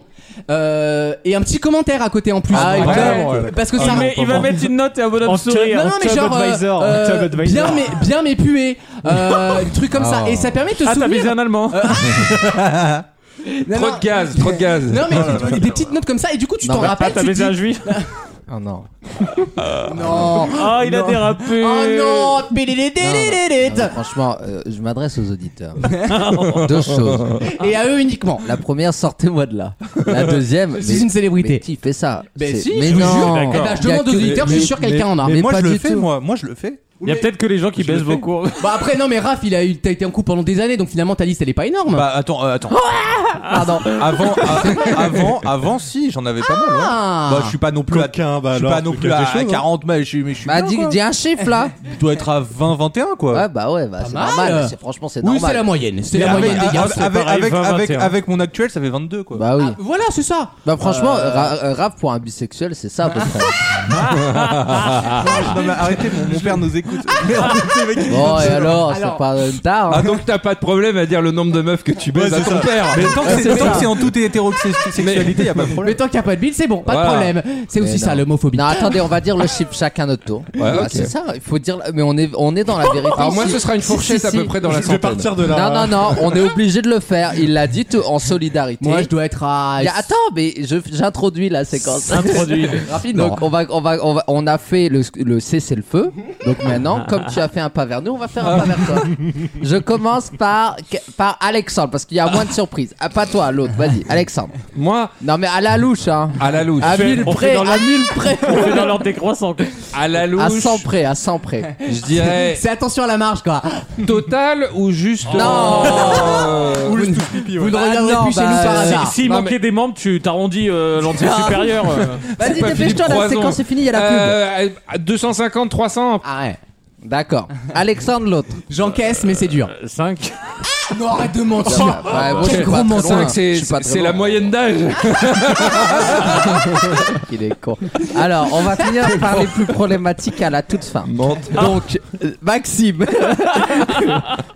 A: euh, et un petit commentaire à côté en plus.
E: Ah,
A: Parce
E: ouais.
A: que- Parce que
D: il,
A: ça.
D: met- il va mettre une note et un bonhomme
F: En
D: sourire.
F: tirant-
A: Non, non, mais
F: Tub
A: genre. euh,
F: Advisor,
A: euh,
F: Tub Advisor.
A: bien, mais, bien mais pué, euh, des trucs comme ça. Et ça permet de te
D: Ah, t'as baisé
A: souvenir.
D: un allemand
A: Non,
C: Trop
A: non,
C: de gaz, trop de gaz.
A: [laughs] non, mais des petites notes comme ça, et du coup tu
E: Non,
A: t'en
E: mais-
D: Ah,
A: rappelles.
D: t'as
A: tu
D: baisé
A: te
D: un
A: dis,
D: juif
E: Oh non.
A: Non.
D: Ah, il a dérapé
A: Oh non.
E: Non, non, franchement, euh, je m'adresse
A: [laughs]
E: aux auditeurs.
A: Ah,
E: Deux choses.
A: Et à eux uniquement.
E: La première, sortez-moi de là.
A: [laughs]
E: La deuxième,
A: Je
E: mais-
A: suis une
E: mais
A: célébrité.
E: qui fait ça
A: Ben
E: C'est-
A: si,
E: mais
A: je vous
E: non.
D: jure,
A: Eh ben, je
E: Il y a
A: demande aux
E: que-
A: auditeurs, je suis
E: mais-
A: sûr que quelqu'un en a.
G: Mais
E: Mais
G: moi,
E: pas
G: je
E: du
G: le fais,
E: tout.
G: moi. Moi, je le fais.
D: Il y a peut-être que les gens qui baissent beaucoup.
A: Bah après non mais Raph il a eu t'as été en couple pendant des années donc finalement ta liste elle est pas énorme.
G: Bah, attends, euh, attends.
E: Pardon.
G: Avant, a- avant, avant, si, j'en avais pas mal. ouais.
A: Ah.
G: Bah, je suis pas non plus à,
F: Coquin, bah
G: je suis
F: alors,
G: pas non
F: c'est
G: plus
F: quelque
G: à,
F: chose,
G: à
F: hein.
G: 40, mais je suis, mais je suis
E: Bah,
G: bien,
E: dis,
G: quoi.
E: dis un
A: [laughs]
E: chiffre là.
G: Je dois être à 20, 21, quoi.
E: Ouais, bah ouais, bah, c'est
A: mal.
E: normal. c'est- Franchement, c'est
A: oui
E: normal.
A: c'est la moyenne, c'est
G: Mais
H: Ah,
A: la
G: avec-
A: moyenne des gars.
G: avec,
D: c'est
G: avec,
D: pareil,
G: avec,
D: 20,
G: avec,
D: 21.
G: avec mon actuel, ça fait 22, quoi.
E: Bah oui.
A: Ah, voilà c'est ça.
E: Bah franchement, ra- euh, rap pour un bisexuel, c'est ça
A: [laughs]
E: à peu près.
G: Non, mais arrêtez, mon, mon père nous écoute. Merde, c'est vrai qu'il-
E: bon, et alors,
A: Alors-
E: c'est pas euh, tard.
C: Ah
E: hein.
C: donc t'as pas de problème à dire le nombre de meufs que tu
G: Ouais,
C: baises
G: c'est
C: à ton
G: ça.
C: père.
G: Mais tant que
A: c'est
G: c'est tant
A: ça.
G: que c'est en toute hétérosexualité, y a pas de problème.
A: Mais tant qu'il n'y a pas de bille c'est bon, pas
C: Voilà.
A: de problème. C'est aussi
E: Mais
A: ça
E: non.
A: l'homophobie.
E: Non, attendez, on va dire le chiffre chacun notre tour. Voilà,
C: ok.
E: C'est ça, il faut dire. Mais on est, on
A: [laughs]
E: est dans la vérité.
C: Alors moi
E: ici.
C: ce sera une
E: Si,
C: fourchette
E: si,
C: à peu
E: si.
C: près dans la
F: Je vais
C: centaine.
F: partir de là.
E: Non, non, non, on [laughs] est obligé de le faire. Il l'a dit tout- en solidarité.
A: Moi je dois être à
E: Il y a- Attends, mais je- j'introduis la séquence. [laughs]
D: Introduit.
A: rapidement.
E: Donc on va, on va, on va- on a fait le, le cessez le feu. Donc maintenant, comme tu as fait un pas vers nous, on va faire un pas vers toi. Je commence par par Alexandre parce qu'il y a moins de surprises. Ah, pas toi, l'autre. Vas-y, Alexandre.
C: Moi
E: Non mais à la louche, hein.
C: à la louche.
E: À mille
D: on fait
E: près,
D: dans la-
E: à mille près.
D: On fait dans l'ordre des croissants. quoi.
C: À la
E: À
C: louche.
E: 100 près, à 100 près.
C: Je dirais
A: C'est attention à la marge quoi.
C: total ou juste.
E: Non.
C: euh,
G: Ou le tout pipi,
A: Vous
G: ouais.
A: ne
E: Bah
A: reviendrez
E: non,
A: plus chez
E: bah,
A: nous par
E: si,
A: hasard.
D: S'il
C: Non,
D: manquait des membres, tu t'arrondis euh, l'entier supérieur. euh.
E: Vas-y,
C: pas
E: dépêche-toi, la
C: Philippe Croizon.
E: séquence est finie, il y a la pub. Oh,
C: euh, à 250, 300.
A: Arrête. [laughs]
E: Ah D'accord. Alexandre l'autre.
A: J'encaisse mais c'est dur.
D: 5
A: Non arrête de mentir.
E: Oh. Ouais, moi, je
A: quel
E: suis
A: gros
E: pas très
A: menteur.
E: loin.
C: Cinq, c'est
E: Je suis pas très
C: c'est la
E: loin.
C: moyenne d'âge.
E: Il est con. Alors, on va finir par les plus problématiques à la toute fin. Donc, euh, Maxime.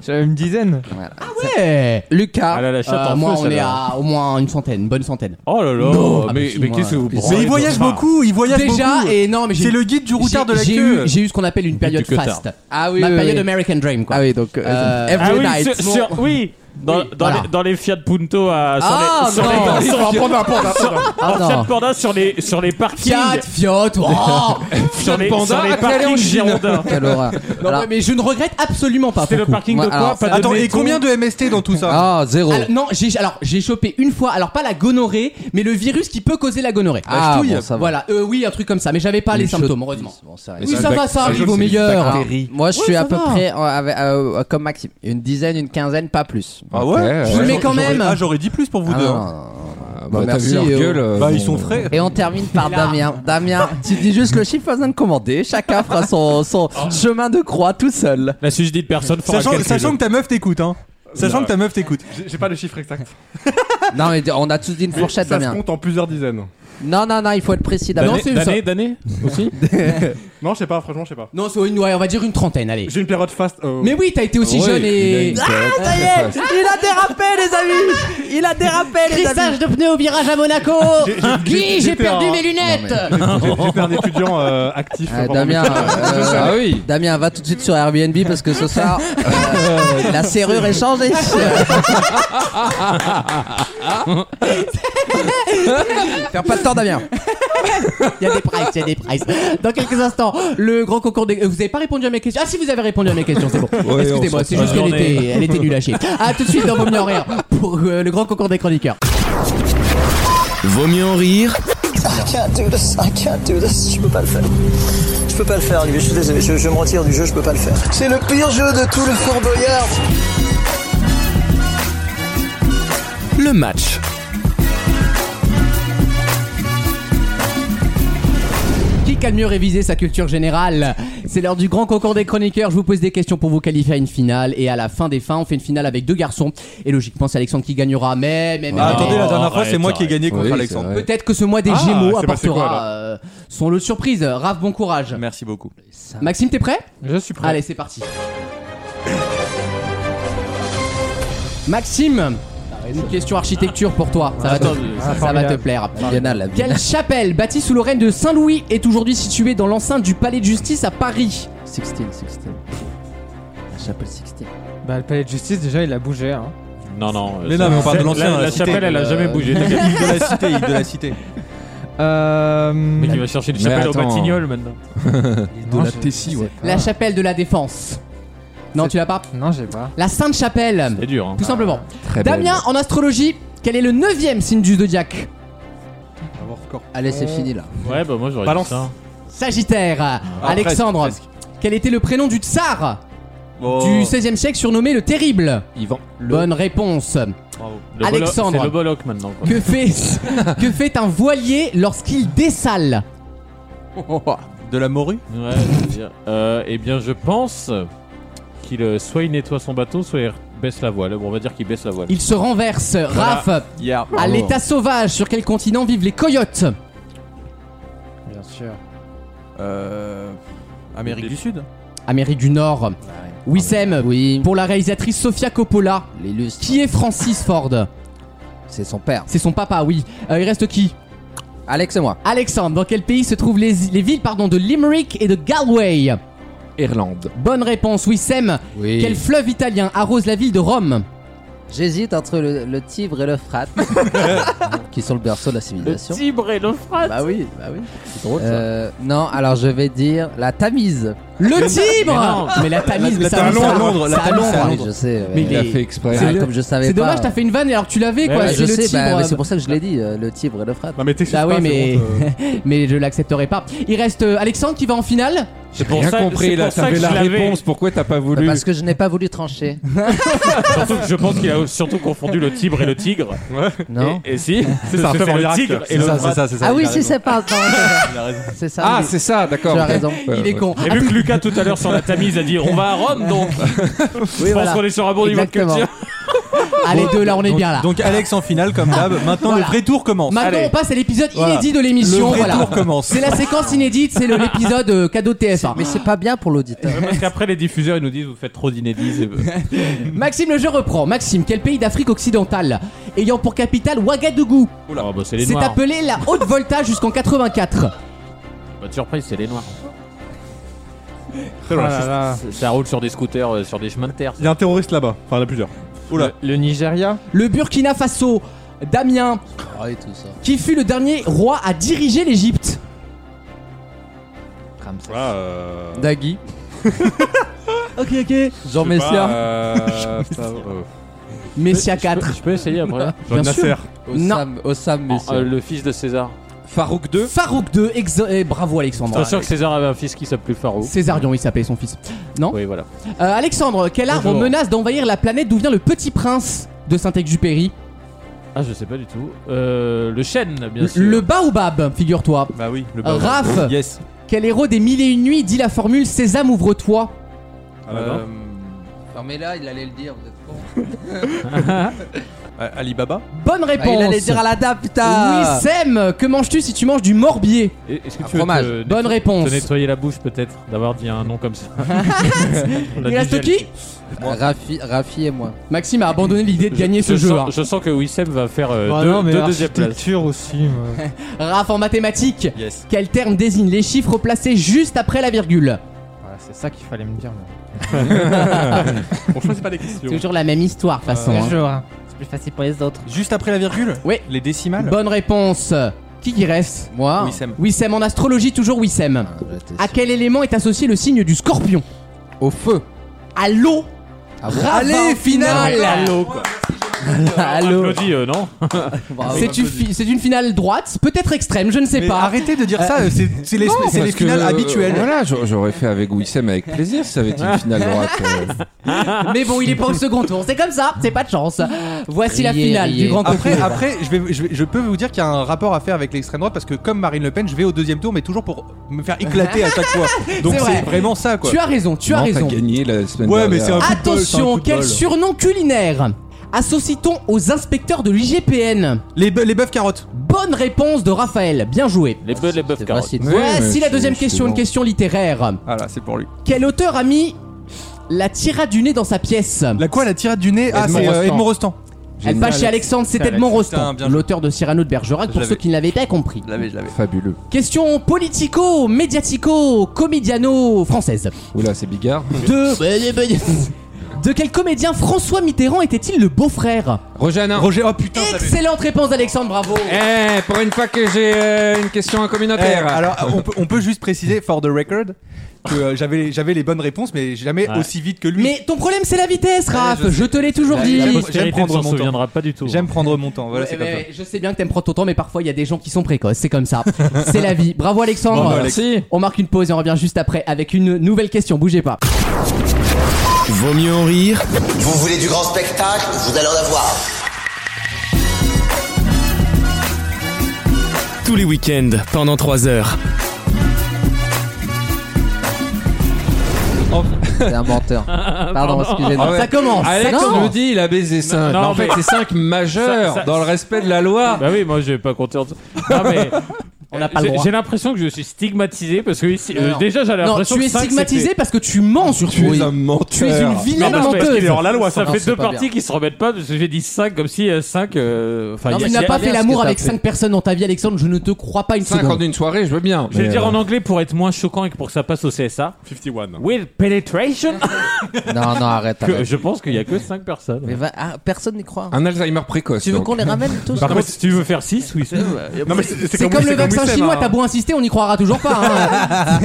F: J'avais une dizaine.
E: Voilà.
A: Ouais.
E: Lucas.
D: Ah là, la chatte
A: Euh,
D: en
A: moi
D: feu,
A: on est
D: celle-là.
A: à au moins une centaine, une bonne centaine.
D: Oh là là,
A: bah
D: mais,
A: si,
D: mais
A: moi,
D: qu'est-ce que vous branlez,
G: Mais il voyage
D: quoi.
G: beaucoup, il voyage
A: Déjà
G: beaucoup.
A: et non mais j'ai
G: C'est le guide du routard de la
A: j'ai- j'ai
G: queue.
A: eu- J'ai eu ce qu'on appelle une période
D: que tard.
A: faste.
E: Ah oui.
A: Ma
E: oui,
A: période
E: oui.
A: American Dream quoi.
E: Ah oui, donc. euh,
A: Euh,
E: every
D: Ah oui,
E: night.
D: sur- sur- oui, dans,
A: Oui,
D: dans
A: voilà.
D: les, dans les Fiat Punto à sur
E: Ah,
D: les, sur
E: non.
D: les-
E: Ah,
D: sur-
E: Ah
D: en Fiat
E: non.
D: Panda sur les sur les parkings
A: Fiat, Fiat, oh
D: sur les,
C: Panda,
D: sur les
C: après, allez en
D: parkings
C: Chine.
D: girondins.
A: [laughs]
E: Quelle horreur.
A: Non,
E: Euh, Alors-
A: ouais, mais je ne regrette absolument pas.
D: C'était
A: pour le
D: le
A: coup.
D: parking de
E: Moi,
D: quoi
E: alors,
D: Pas de
G: Attends, et
D: béton
G: combien de MST dans tout ça
E: Ah, zéro.
A: Alors, non, j'ai alors j'ai chopé une fois, alors pas la gonorrhée, mais le virus qui peut causer la gonorrhée.
E: Ah,
A: La ch'touille.
E: bon, ça va.
A: Voilà, euh, oui, un truc comme ça, mais j'avais pas les
E: Une
A: symptômes,
E: chaude-
A: heureusement.
E: Bon, c'est vrai.
A: Oui, ça va,
C: Ah,
A: ça arrive au
E: Alors,
A: meilleur.
E: Moi, je
A: hein. Ouais,
E: suis
A: ça
E: à peu
A: va.
E: près euh, avec- euh, euh, comme Maxime. Une dizaine, une quinzaine, pas plus. plus.
G: Ah ouais
C: Je
A: mets quand
G: J'aurais-
A: même.
G: Ah, j'aurais dit plus pour vous
E: Ah
G: deux.
E: non,
G: hein.
E: non, non, non.
C: Ah,
E: Bah,
C: bah, T'as
E: merci,
C: vu leur
E: euh,
C: gueule euh,
G: Bah, ils
C: bon.
G: sont frais.
E: Et on termine par
A: Là.
E: Damien. Damien, tu dis juste le chiffre besoin de commander. Chacun fera son, son chemin de croix tout seul.
D: La susdite personne fera
G: Sachant,
D: le calcul.
G: sachant que ta meuf t'écoute, hein. Sachant que ta meuf t'écoute.
J: J'ai j'ai pas le chiffre exact.
E: Non, mais on a tous dit une fourchette,
J: ça se
E: Damien.
J: compte en plusieurs dizaines.
E: Non, non, non, il faut être précis, Damien.
D: D'année- d'année- d'année
G: [laughs]
D: aussi
J: Non, je sais pas, franchement, je sais pas.
A: Non, c'est une, ouais, on va dire une trentaine, allez.
J: J'ai une période faste.
D: Ah
J: euh,
A: Mais oui, t'as été aussi
C: Oui,
A: jeune et.
C: il a une période
E: Ça y est, il a dérapé, les amis. Il a dérapé, les amis.
A: Crissage de pneus au virage à Monaco Guy, j'ai
J: j'étais
A: perdu
J: en-
A: mes lunettes
J: j'ai- J'étais un étudiant euh, actif.
E: Ah,
J: pendant mes-
E: Damien, euh,
C: Ah oui
E: Damien, va tout de suite sur Airbnb parce que ce soir, euh, la serrure est changée. Faire pas de temps, Damien.
A: Il y a des prices, il y a des prices. Dans quelques instants, le grand concours des. euh, Vous avez pas répondu à mes questions. Ah si, vous avez répondu à mes questions, c'est bon. Excusez-moi, c'est juste
D: Bonne
A: qu'elle
D: journée.
A: était, elle était nulle à chier. À tout de suite dans Vos Mieux en Rire pour euh, le grand concours des chroniqueurs.
H: Vaut mieux en rire
I: I can't do this, I can't do this, je peux pas le faire. Je peux pas le faire, Olivier, je suis désolé, je, je me retire du jeu, je peux pas le faire. C'est le pire jeu de tout le Fort Boyard.
H: le match.
A: Qui a le mieux révisé sa culture générale C'est l'heure du grand concours des chroniqueurs. Je vous pose des questions pour vous qualifier à une finale. Et à la fin des fins, on fait une finale avec deux garçons. Et logiquement, c'est Alexandre qui gagnera. Mais, mais, mais.
G: Ah,
A: mais-
G: attendez, la dernière fois,
D: arrête,
G: c'est moi qui ai
D: arrête.
G: gagné contre
C: Oui, c'est
G: Alexandre.
C: vrai.
A: Peut-être que ce mois des
J: Ah,
A: Gémeaux
J: c'est passé quoi,
A: apportera
J: là
A: euh, son lot de surprise. Raph, bon courage.
G: Merci beaucoup.
A: Maxime, t'es prêt
F: Je suis prêt.
A: Allez, c'est parti. Maxime, une question architecture pour toi. Ça va te,
J: ah,
A: ça va te
F: formidable.
A: plaire.
E: Biennale, la
A: Quelle chapelle bâtie sous le règne de Saint Louis est aujourd'hui située dans l'enceinte du Palais de Justice à Paris
E: 16, 16. La chapelle 16.
F: Bah, le palais de justice, déjà, il a bougé. Hein.
D: Non, non.
G: Mais
D: ça-
G: non, mais on parle de
D: la-
G: l'ancien,
D: La,
G: la cité.
D: chapelle, elle a jamais
G: [laughs]
D: bougé.
G: Île
D: t'inquiète.
G: de la cité, île de la cité.
F: Euh.
D: Mais qui va chercher une
C: Mais
D: chapelle au
C: attends.
D: Batignolles maintenant.
F: non,
C: la
F: j'ai-
C: Tessie, ouais.
A: La chapelle de la Défense. Non,
F: C'est-
A: tu l'as pas
F: Non, j'ai pas.
A: La Sainte Chapelle,
D: C'est dur. Hein.
A: tout simplement.
C: Très belle.
A: Damien, en astrologie, quel est le neuvième signe du zodiaque
E: Allez, c'est fini là.
D: Ouais, bah moi j'aurais
J: Balance.
D: dit ça.
A: Sagittaire. Alexandre,
G: presque,
A: quel était le prénom du tsar
G: Oh.
A: du 16e siècle surnommé le Terrible
C: [laughs] Yvan.
A: Bonne réponse.
D: Le bolo-
A: Alexandre.
D: C'est le Bolloc maintenant. Quoi.
A: Que fait, que fait un voilier lorsqu'il dessale
G: De la morue
D: Ouais, je veux dire. Euh, eh bien, je pense qu'il euh, soit il nettoie son bateau, soit il baisse la voile. Bon, on va dire qu'il baisse la voile.
A: Il se renverse. Raph,
G: Hier.
A: à l'état sauvage, sur quel continent vivent les coyotes
F: Bien sûr.
G: Euh. Amérique du Sud
A: Amérique du Nord. Euh, Wissem,
E: Oui,
A: pour la réalisatrice Sofia Coppola.
E: l'illustre,
A: Qui est Francis Ford
E: c'est son père.
A: C'est son papa, oui. Euh, il reste qui
E: Alex et moi.
A: Alexandre, dans quel pays se trouvent les, les villes pardon, de Limerick et de Galway
C: Irlande.
A: Bonne réponse, Wissem.
E: Oui.
A: Quel fleuve italien arrose la ville de Rome
E: J'hésite entre le, le Tibre et
A: [laughs]
E: le Frat, qui sont le berceau de la civilisation.
D: Tibre et l'Euphrate.
E: Bah oui, bah oui. C'est drôle non, alors je vais dire la Tamise.
A: Le Tibre
D: non.
A: Mais la Tamise, Ah, mais
G: La- la
A: ça
G: Tamise,
A: ça-
G: à Londres, la
A: ça, à
G: Tamise,
A: Londres.
G: c'est à
E: Ah, Oui, je sais.
A: Mais
E: ouais.
A: il
C: Il a
A: est-
C: fait exprès.
E: Ah,
A: le-
E: comme je savais
A: C'est
E: pas.
A: dommage, t'as fait une vanne et alors tu l'avais
D: Ouais,
A: quoi.
D: ouais,
A: c'est
E: je
A: le
E: sais,
A: Tibre.
E: bah, mais c'est pour ça que je l'ai dit, euh, le Tibre et le Frat.
J: Non, mais t'excuses
A: Bah oui,
J: pas, c'est
A: mais-
J: bon, euh,
A: [laughs] mais je l'accepterai pas. Il reste euh, Alexandre qui va en finale.
C: J'ai
D: pour
C: rien
D: ça- c'est
C: compris là.
D: pour ça
C: T'avais
D: que
C: la
D: je l'avais.
C: réponse. Pourquoi t'as pas voulu
E: Bah, Parce que je n'ai pas voulu trancher.
D: Surtout que je pense qu'il a surtout confondu le Tibre et le Tigre.
E: Non
D: Et, et si
J: C'est ça, un peu en
D: le
J: Irak.
D: Tigre et
G: C'est ça,
D: l'Euphrate.
G: c'est ça, c'est ça.
E: Ah
G: il
E: oui,
G: a
E: si,
G: raison.
E: c'est pas. [laughs]
G: Il a raison.
E: C'est ça.
C: Ah,
E: oui.
C: c'est ça, d'accord.
E: Tu as raison.
A: Il est con.
D: Et vu que Lucas tout à l'heure sur la Tamise a dit on va à Rome donc je pense
E: voilà.
D: qu'on est sur un bon niveau de
E: Exactement.
D: culture.
A: Allez, deux là, on est bien là.
G: Donc Alex en finale comme d'hab. Ah. Maintenant
A: Voilà.
G: le vrai tour commence.
A: Maintenant, on passe à l'épisode
G: Voilà.
A: inédit de
G: Le
A: l'émission.
G: vrai
A: Voilà.
G: tour commence.
A: C'est la séquence inédite, c'est le- l'épisode euh, cadeau de TF1.
E: Mais c'est pas bien pour l'auditeur.
D: [laughs] Parce qu'après les diffuseurs ils nous disent vous faites trop d'inédits. euh,
A: Maxime, le jeu reprend. Maxime, quel pays d'Afrique occidentale ayant pour capitale Ouagadougou
D: Oh, bah, c'est les
A: C'est
D: noirs.
A: appelé la haute volta jusqu'en 84.
D: Votre surprise c'est les noirs.
J: très loin.
F: Ah là là.
D: Ça roule sur des scooters, euh, sur des chemins de terre.
J: Il y a un terroriste là-bas. Enfin, il y en a plusieurs.
G: Oula.
F: Le Nigeria
A: Le Burkina Faso, Damien,
E: Ah oui, tout ça.
A: qui fut le dernier roi à diriger l'Égypte.
J: Ah, euh,
E: Dagui.
A: [laughs] Ok, ok.
E: Jean
J: je sais pas,
E: Messia.
J: euh, ça, euh,
A: Messia 4.
D: Je peux essayer après. [laughs]
J: Jean
A: Bien sûr.
J: Nasser.
E: Osam, Osam
D: Oh,
J: Ah,
E: Messia.
D: euh, le fils de César.
C: Farouk 2
A: Farouk 2, exa- eh, bravo Alexandre.
D: T'es sûr que César avait un fils qui s'appelait Farouk
A: Césarion, il s'appelait son fils. Non
D: Oui, voilà.
A: Euh, Alexandre, quel arbre
D: Bonjour.
A: menace d'envahir la planète d'où vient le petit prince de Saint-Exupéry
D: Ah, je sais pas du tout. Euh, le chêne, bien sûr.
A: Le baobab, figure-toi.
G: Bah oui, le
A: Euh, Raph,
G: Yes.
A: quel héros des mille et une nuits dit la formule Sésame ouvre-toi
D: Ah,
G: Euh,
E: Non, mais là, il allait le dire, vous êtes con.
G: euh, Alibaba
A: Bonne
E: Ah,
A: réponse
E: il allait le dire à la DAP,
A: Oui,
E: putain
A: Sam, que manges-tu si tu manges du morbier
D: Et- Est-ce que
E: Un
D: tu veux
E: fromage.
D: te,
A: Bonne
D: te
A: réponse.
D: nettoyer la bouche peut-être d'avoir dit un nom comme [laughs] ça On l'a
A: Il reste
D: digéré.
A: qui
E: Rafi, Rafi et moi.
A: Maxime a abandonné l'idée de gagner ce
D: je
A: jeu. hein.
D: Sens, Je sens que Wissem va faire euh,
F: Bah
D: deux,
F: non, mais
D: deux deuxièmes
F: [laughs]
D: places.
F: l'architecture aussi. moi.
A: hein. Raph en mathématiques,
G: Yes.
A: quel terme désigne les chiffres placés juste après la virgule
F: Voilà, c'est ça qu'il fallait me dire. moi.
J: On choisit pas les questions.
A: Toujours la même histoire, de toute
D: Ah,
A: façon. hein.
K: C'est plus facile pour les autres.
G: Juste après la virgule
A: Oui.
G: Les décimales
A: Bonne réponse. Qui qui reste
E: Moi
G: Wissem.
A: Wissem en astrologie, toujours Wissem.
E: Ah, j'étais
A: À quel élément est associé le signe du scorpion
E: Au feu
A: À l'eau
E: Ah bon
A: Rabat Ah, en
E: Allez, finale
A: finale.
D: Allô Applaudis, euh, non
E: Bravo.
A: C'est une, fi- c'est une finale droite, peut-être extrême, je ne sais
G: Mais
A: pas.
G: arrêtez de dire ça, c'est c'est les,
A: Oh,
G: c'est les
C: parce que,
G: finales
C: euh,
G: habituelles.
C: Voilà, j'a- j'aurais fait avec Wissem avec plaisir si ça avait été une finale droite. euh.
A: Mais bon, il est pas au second tour, c'est comme ça, c'est pas de chance. Voici la
E: Riez,
A: finale
E: riez.
A: du grand
G: Après,
A: concours.
G: après je, vais, je, vais- je peux vous dire qu'il y a un rapport à faire avec l'extrême droite parce que comme Marine Le Pen, je vais au deuxième tour, mais toujours pour me faire éclater à chaque [laughs] fois. Donc
A: C'est
G: c'est
A: vrai.
G: vraiment ça quoi.
A: Tu as raison, tu as
C: Non,
A: raison.
C: T'as gagné la semaine
G: Ouais, mais
C: dernière.
G: c'est un coup de bol, c'est un
A: Attention,
G: coup de
A: quel
G: bol.
A: surnom culinaire Associe-t-on aux inspecteurs de l'IGPN
G: Les, be- les bœufs carottes.
A: Bonne réponse de Raphaël, bien joué.
D: Les bœufs, les bœufs
E: C'est
D: carottes.
E: facile.
C: Ouais, mais
A: Voici la
C: c'est-
A: deuxième
C: c'est
A: question, une
C: bon.
A: question littéraire.
G: Ah là, c'est pour lui.
A: Quel auteur a mis la tirade du nez dans sa pièce
G: La quoi, la tirade du nez Ah,
C: Edmond
G: c'est euh,
C: Rostand.
G: Edmond Rostand.
A: Elle passe chez Alexandre, c'était Edmond Rostand,
G: Putain, bien joué.
A: l'auteur de Cyrano de Bergerac, pour
G: Je
A: ceux qui ne l'avaient pas compris.
G: Je l'avais, je l'avais.
C: Fabuleux.
A: Question politico, médiatico, comédiano, française.
G: [laughs]
C: Oula, c'est Bigard.
A: De... De quel comédien François Mitterrand était-il le beau-frère
C: Rojanin.
G: Roger, oh putain, je l'avais.
A: Excellente réponse d'Alexandre, bravo
C: Eh, pour une fois que j'ai euh, une question
G: Eh,
C: communautaire.
G: alors, on peut, on peut juste préciser, for the record, que euh, j'avais j'avais les bonnes réponses, mais jamais
D: Ouais.
G: aussi vite que lui.
A: Mais ton problème c'est la vitesse, Raph,
G: je
A: je, te l'ai toujours
G: La-
A: dit
G: la
D: La
G: J'aime
D: postérité ne
G: prendre
D: s'en
G: mon temps.
D: souviendra pas
A: hein.
D: du tout.
G: J'aime prendre mon temps, voilà,
A: Ouais,
G: c'est
A: ouais,
G: comme
A: ouais, Je sais bien que t'aimes prendre ton temps, mais parfois il y a des gens qui sont précoces, c'est comme ça. c'est la vie. Bravo Alexandre.
G: Bravo, Alex.
C: Merci.
A: On marque une pause et on revient juste après avec une nouvelle question, bougez pas.
H: Vaut mieux en rire
L: Vous voulez du grand spectacle Vous allez en avoir.
H: tous les week-ends pendant 3 heures.
E: C'est un menteur.
A: [laughs]
E: Pardon, excusez-moi.
C: Ah ouais.
A: Ça commence.
C: Alex
A: ça
C: nous
A: commence.
C: dit il a baisé 5.
D: Non,
C: en fait,
D: mais-
C: c'est 5 majeurs
D: Ça- ça-
C: dans le respect de la loi.
D: Bah oui, moi j'ai pas compté en- Non, mais. On n'a
A: pas le droit.
D: J'ai l'impression que je suis stigmatisé parce que ici, euh,
A: non.
D: déjà j'avais
A: Non,
D: l'impression
A: tu
D: que
A: es
D: cinq,
A: stigmatisé
D: c'était-
A: parce que tu mens sur
C: Tu
A: toi.
C: es un menteur.
A: Tu es une vilaine
D: Non, parce
A: menteuse.
D: qu'il est hors
J: la loi, ça.
D: Ça
E: Non,
D: fait
E: c'est
D: deux
E: pas bien.
D: parties qui se remettent pas parce que j'ai dit 5 comme si
A: Non,
D: 5. Enfin, il y a-
A: mais tu
D: il
A: n'as
D: y a-
A: pas
E: bien
A: fait
E: ce
A: l'amour
E: que t'as
A: avec
E: fait.
A: 5 personnes dans ta vie, Alexandre. Je ne te crois pas une
C: 5 en
A: seconde.
C: une soirée, je veux bien.
D: Je vais
C: mais,
D: le dire
C: euh,
D: en anglais pour être moins choquant et que pour que ça passe au CSA.
J: 51.
D: With penetration
E: Non, non, arrête,
D: Que-
E: arrête.
D: Je pense qu'il y a que 5 personnes.
E: Mais va- ah, personne n'y croit.
C: euh, Un Alzheimer précoce.
E: Tu veux
C: donc.
E: qu'on les ramène tous
D: Par contre, si tu veux faire 6, oui, ça va.
J: Non, mais c'est
A: C'est comme le vaccin
J: Wissem,
A: chinois,
J: hein.
A: t'as beau insister, on n'y croira toujours pas. hein.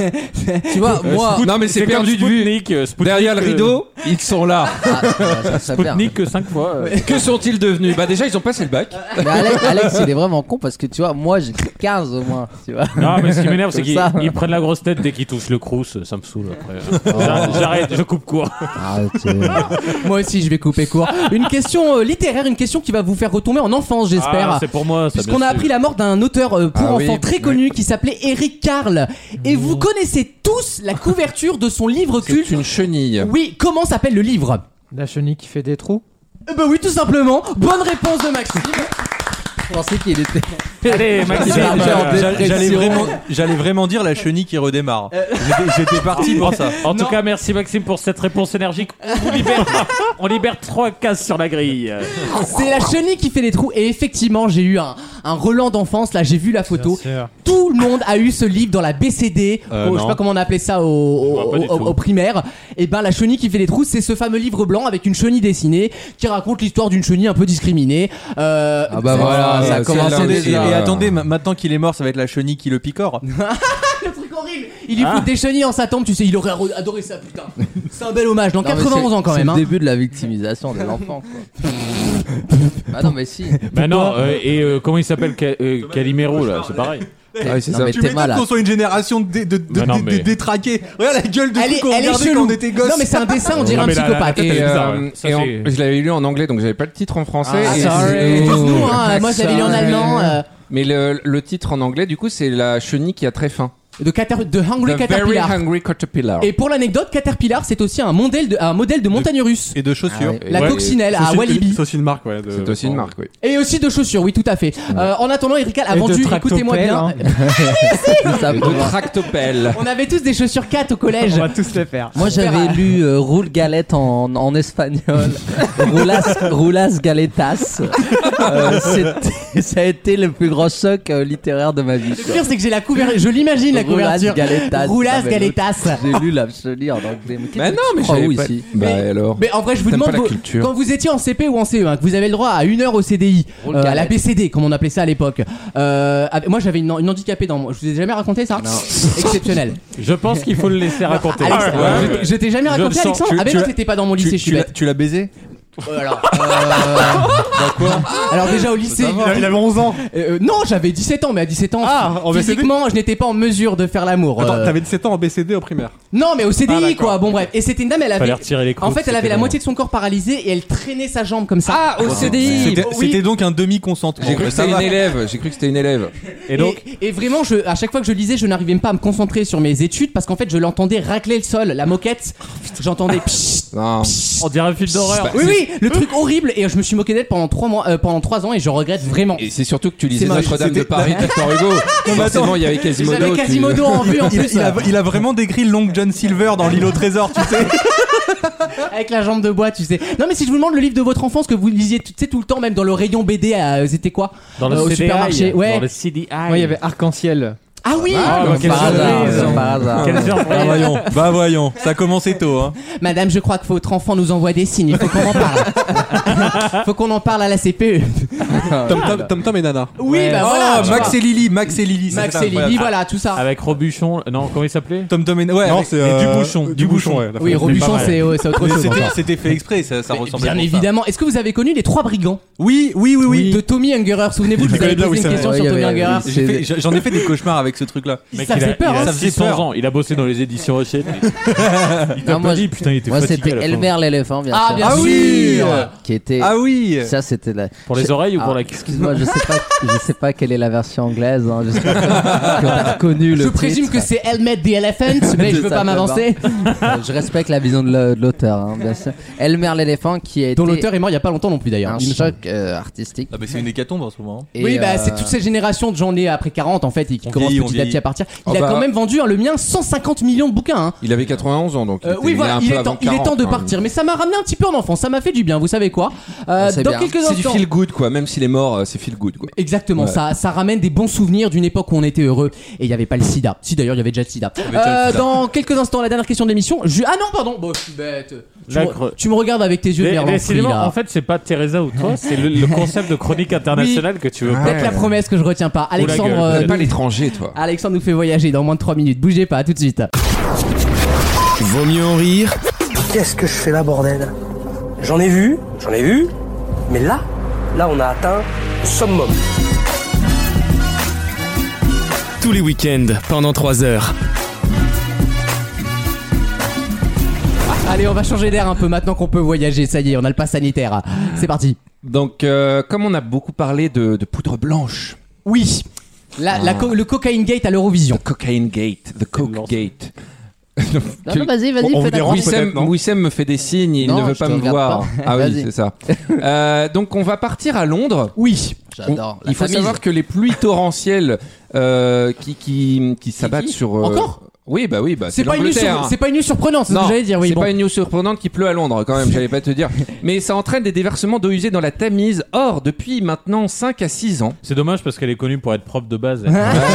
E: Tu vois, moi.
C: Non, mais c'est perdu de vue.
D: euh,
C: Derrière le rideau, ils sont là.
E: Ah, ça, ça fait un-
D: Nick que 5 fois. euh.
C: que sont-ils devenus Bah déjà, ils ont passé le bac.
E: Mais Alex, Alex, il est vraiment con parce que tu vois, moi j'ai 15 au moins. Tu vois.
D: Non, mais ce qui m'énerve,
E: Comme
D: c'est qu'ils
E: ça.
D: ils prennent la grosse tête dès qu'ils touchent le crous. Ça me saoule après. J'a- [laughs] J'arrête, je coupe court.
E: Ah, tu-
A: [laughs] Moi aussi, je vais couper court. Une question euh, littéraire, une question qui va vous faire retomber en enfance,
D: Ah,
A: j'espère.
D: c'est pour moi. ça,
A: Puisqu'on
D: bien
A: a
D: sûr.
A: appris la mort d'un auteur euh, pour
C: Ah oui,
A: enfants très connu qui s'appelait Eric Carle. Et vous connaissez tous la couverture de son livre
C: C'est
A: culte.
C: une chenille.
A: Oui, comment s'appelle le livre
F: La chenille qui fait des trous.
A: Eh ben oui, tout simplement. Bonne réponse de Maxime.
E: Je pensais qu'il était.
D: Allez, Maxime.
E: J'ai- j'ai-
D: euh,
E: j'ai-
G: J'a- J'allais
E: Dépression.
G: vraiment, j'allais vraiment dire la chenille qui redémarre. J'étais- J'étais parti pour ça.
D: En tout cas, merci Maxime pour cette réponse énergique. On libère, on libère 3 cases sur la grille.
A: C'est la chenille qui fait des trous. Et effectivement, j'ai eu un, un relent d'enfance. Là, j'ai vu la photo. Tout le monde a eu ce livre dans la BCD.
J: Euh,
A: au- je sais
J: non.
A: pas comment on appelait ça au, au,
D: vois pas du
A: au-
D: tout.
A: au primaire. Et ben, la chenille qui fait des trous, c'est ce fameux livre blanc avec une chenille dessinée qui raconte l'histoire d'une chenille un peu discriminée. Euh,
E: Ah bah voilà, ça a
C: c'est
E: commencé
C: lundi,
G: Et,
C: là.
E: déjà.
G: et attendez, ma- maintenant qu'il est mort, ça va être la chenille qui le picore.
A: le truc horrible. Il lui fout des chenilles en sa tombe. Tu sais, il aurait re- adoré ça, putain. C'est un bel hommage. Dans
E: Non, mais
A: 91
E: c'est-
A: ans quand
E: c'est
A: même. hein.
E: le début de la victimisation de l'enfant. quoi. Bah non, mais si.
D: Bah non, euh, et euh, comment il s'appelle Ca- euh, Calimero là C'est pareil.
E: Ah oui, c'est Non, ça. mais
G: Tu m'étonnes qu'on soit une génération de, de- de-
D: Bah non,
G: de-
D: mais-
G: de détraqués. Regarde la gueule de
A: Elle
G: ceux
A: est-
G: qu'on
A: elle est
G: regardait quand
A: chelou.
G: on était gosses.
A: Non, mais c'est un dessin, on dirait un psychopathe.
C: Et,
D: bizarre,
C: euh,
D: ouais. Ça,
C: et en-
D: c'est-
C: je l'avais lu en anglais, donc j'avais pas le titre en français.
A: Ah,
C: et
A: sorry.
C: c'est-
A: Dites-nous, hein, moi, je l'avais lu en
C: Sorry.
A: allemand, euh.
C: Mais le, le titre en anglais, du coup, c'est La chenille qui a très faim.
A: De, Cater- de Hungry
C: The Very
A: Caterpillar.
C: Hungry Caterpillar.
A: Et pour l'anecdote, Caterpillar, c'est aussi un modèle de, un modèle de montagne russe.
G: Et de chaussures.
A: Ah oui. La coccinelle à Walibi.
J: C'est aussi une marque, ouais. de-
C: C'est aussi une marque, oui.
A: Et aussi de chaussures, oui, tout à fait. Euh, en attendant, Erika a
C: Et de
A: vendu,
C: tractopelles,
A: écoutez-moi bien.
C: hein.
F: [laughs]
C: de tractopelle.
A: On avait tous des chaussures 4 au collège.
F: On va tous les faire.
E: Moi j'avais lu euh, Roule Galette en, en espagnol, Roulas, Roulas Galetas. Euh, c'était- [laughs] ça a été le plus grand choc euh, littéraire de ma vie.
A: Le pire, c'est que j'ai la couverture. Je l'imagine
E: Oh,
A: la couverture.
E: Roulas Galetas.
A: Roulas
E: Ah, mais
A: Galetas.
E: l'autre, J'ai lu l'absolu en anglais.
C: Bah non, [laughs] mais
E: j'avais
C: j'avais
E: où
C: pas-
E: ici
C: Bah alors.
A: Mais en vrai, je vous
C: T'aimes
A: demande,
C: pas la
A: vos-
C: culture.
A: quand vous étiez en CP ou en CE1, que vous avez le droit à une heure au CDI,
E: Roule
A: euh, à la
E: galette.
A: PCD, comme on appelait ça à l'époque. euh, avec- moi, j'avais une, une handicapée dans moi. Je vous ai jamais raconté ça [laughs] Exceptionnel.
D: Je pense qu'il faut le laisser raconter.
H: Ah,
A: Alex-
D: Ah, Ouais, ouais.
A: je- je t'ai jamais
D: Je le
A: raconté,
D: sens.
A: Alexandre.
D: Tu-
A: Ah, mais
D: tu
A: non,
D: l'as-
A: t'étais pas dans mon lycée, je suis bête.
G: Tu l'as baisé
A: Alors déjà au lycée,
J: Il avait 11 ans.
A: Euh, non, j'avais 17 ans, mais à 17 ans,
J: Ah, en BCD?
A: physiquement, je n'étais pas en mesure de faire l'amour.
J: Attends,
A: Euh,
J: t'avais 17 ans en BCD au primaire.
A: Non, mais au
J: Ah,
A: CDI,
J: d'accord.
A: quoi. Bon, bref. Et c'était une dame, elle avait.
D: Fallait retirer les
A: En
D: croûtes,
A: fait, elle avait
D: c'était
A: la
D: bon.
A: moitié de son corps paralysé et elle traînait sa jambe comme ça.
C: Ah, au CDI
G: C'était
A: Oui.
G: c'était donc un demi-consentement.
C: J'ai cru que
G: bah, Ça
C: c'était
G: va.
C: une élève. J'ai cru que c'était une élève.
A: Et, et vraiment, je, à chaque fois que je lisais, je n'arrivais même pas à me concentrer sur mes études parce qu'en fait, je l'entendais racler le sol, la moquette. J'entendais. pssst,
C: Non.
D: On dirait un film d'horreur.
A: Ah. oui, oui, le truc horrible. Et je me suis moqué d'elle pendant trois mois, euh, pendant trois ans, et je regrette vraiment.
C: Et c'est surtout que tu lisais
A: C'est moche.
C: Notre-Dame de
A: C'était-
C: Paris de Victor Hugo. Forcément, il y avait Quasimodo.
A: J'avais
C: tu-
A: Quasimodo en vue [laughs] en
G: Il,
A: plus.
G: il a, il a vraiment décrit l'oncle John Silver dans l'île au trésor, tu sais.
A: Avec la jambe de bois, tu sais. Non, mais si je vous demande le livre de votre enfance que vous lisiez, tu sais, tout le temps, même dans le rayon BD, à- euh, c'était quoi
D: Dans
A: Euh,
D: le
A: Au
D: CDI.
A: supermarché, ouais.
D: Dans le CDI.
F: Moi, il y avait Arc-en-Ciel.
A: Ah oui
D: Ah, bah, quelle
E: Par
D: surprise.
E: hasard, euh, par hasard.
D: Quelle surprise.
G: Bah voyons, bah voyons, ça commençait tôt. Hein.
A: Madame, je crois que votre enfant nous envoie des signes, il faut qu'on en parle. [laughs] faut qu'on en parle à la E. CPE.
C: Ah.
J: Tom Tom, Tom, Tom et Nana.
A: Oui, bah
G: oh,
A: voilà. tu
G: Max
A: vois.
G: et Lily, Max et Lily, ça,
A: Max
G: c'est
A: et Lily,
G: incroyable.
A: voilà, tout ça.
D: Avec Robuchon. Non, comment il s'appelait
G: Tom Tom et ouais,
J: Non,
G: avec-
J: c'est.
D: et
J: euh,
D: du bouchon,
J: Du
D: du
J: bouchon,
D: bouchon.
J: ouais. la
A: Oui,
J: phrase.
A: Robuchon,
D: pareil.
A: c'est euh, ouais, c'est autre
G: Mais
A: chose.
G: c'était-
A: encore.
G: C'était fait exprès, ça, ça ressemblait
A: Bien
G: pour ça.
A: évidemment. Est-ce que vous avez connu les trois brigands
G: Oui, oui, oui, oui.
A: de Tommy Ungerer Souvenez-vous, je vous
J: connais
A: avez
J: bien,
A: posé
J: oui,
A: une
J: ça-
A: question
E: ouais,
A: sur
E: il y
A: Tommy
E: avait-
A: Ungerer.
E: oui.
G: J'ai fait- j'ai- J'en ai fait des cauchemars avec ce truc-là.
D: Mec,
A: Ça
D: il a-
A: faisait peur,
D: il
A: hein.
D: a
G: Ça faisait
D: 600
G: peur.
D: ans, il a bossé dans les éditions Hachette. Il t'a
E: Non, moi,
D: pas dit,
E: je-
D: putain, il était
E: Moi
D: fatigué.
E: c'était
D: à la fin.
E: Elmer l'éléphant, bien
A: Ah,
E: sûr.
A: bien
G: Ah oui
A: sûr
E: Qui était.
G: Ah oui
E: Ça c'était la.
D: Pour les
E: Je-
D: oreilles ou pour
E: Ah,
D: la-
E: Excuse-moi, je sais pas, je sais pas quelle est la version anglaise. Hein, je sais pas que t'as reconnu le.
A: Je présume que
E: titre.
A: c'est Helmet the Elephant, mais je veux
E: Ça
A: pas
E: fait
A: m'avancer.
E: Euh, Je respecte la vision de le- de l'auteur, hein, bien sûr. Elmer l'éléphant qui a été
A: Dont l'auteur est mort il y a pas longtemps non plus d'ailleurs.
E: un
A: Il me semble.
E: choc euh, artistique.
G: Ah, mais c'est une hécatombe en ce moment.
E: Et,
A: oui, bah, c'est
E: euh,
A: toute cette génération de gens nés après 40 en fait et qui
G: On
A: commencent
G: vieillit, on
A: petit à petit
G: vieillit.
A: à partir. Il
C: Oh
A: a
C: bah.
A: quand même vendu hein, le mien 150 millions de bouquins. hein.
C: Il avait 91 ans, donc.
A: Euh,
C: était
A: oui,
C: né
A: voilà,
C: un
A: il
C: peu
A: est,
C: avant hein.
A: temps, il est
C: 40,
A: temps de
C: quand même.
A: partir, mais ça m'a ramené un petit peu en enfance, ça m'a fait du bien, vous savez quoi Euh,
E: C'est
A: Dans
E: bien.
A: quelques
C: C'est du
A: instants.
C: feel good, quoi. Même s'il est mort, euh, c'est feel good, quoi.
A: Exactement,
C: Ouais.
A: ça, ça ramène des bons souvenirs d'une époque où on était heureux et il n'y avait pas le sida. Si d'ailleurs il y avait déjà le sida.
G: avait déjà le
A: Euh,
G: sida.
A: Dans quelques instants, la dernière question de l'émission. je- Ah non, pardon, bon, je suis bête. Tu,
D: La
A: me-
D: cre-
A: tu me regardes avec tes yeux de
D: Mais-
A: merde.
D: Décidément, en fait, c'est pas Teresa ou toi, c'est le, le concept de chronique internationale que tu veux pas.
A: Peut-être la promesse que je retiens pas.
D: la gueule.
A: Alexandre, euh,
C: T'es pas l'étranger, toi.
A: Alexandre nous fait voyager dans moins de 3 minutes. Bougez pas, à tout de suite.
H: Vaut mieux en rire
M: Qu'est-ce que je fais là, bordel J'en ai vu, j'en ai vu, mais là, là, on a atteint le summum.
H: tous les week-ends pendant 3 heures.
A: Allez, on va changer d'air un peu maintenant qu'on peut voyager. Ça y est, on a le pass sanitaire. C'est parti.
C: Donc, euh, comme on a beaucoup parlé de, de poudre blanche,
A: Oui. La, la co- le cocaine gate à l'Eurovision.
C: Cocaine Gate, The Coke Gate. [laughs]
E: Non, non, vas-y, vas-y,
J: On
E: fais
J: vous
E: ta-
J: dérange
C: Wissem,
J: peut-être, non
C: Wissem me fait des signes, il
E: Non,
C: ne veut
E: je
C: pas
E: te
C: me
E: regarde
C: voir.
E: pas.
C: Ah oui,
E: Vas-y.
C: c'est ça. Euh, donc on va partir à Londres.
A: Oui.
E: J'adore.
C: Il faut savoir que les pluies torrentielles euh, qui, qui, qui s'abattent
A: qui
C: sur... euh,
A: Encore
C: Oui, bah oui, bah
A: C'est
C: c'est
A: pas, une news
C: l'Angleterre.
A: sur- c'est pas une news surprenante, c'est ce
C: Non,
A: que j'allais dire. Oui,
C: c'est
A: bon.
C: pas une news surprenante qui pleut à Londres quand même, j'allais pas
A: [laughs]
C: te dire. Mais ça entraîne des déversements d'eau usée dans la Tamise. Or, depuis maintenant 5 à 6 ans,
D: C'est dommage parce qu'elle est connue pour être propre de base.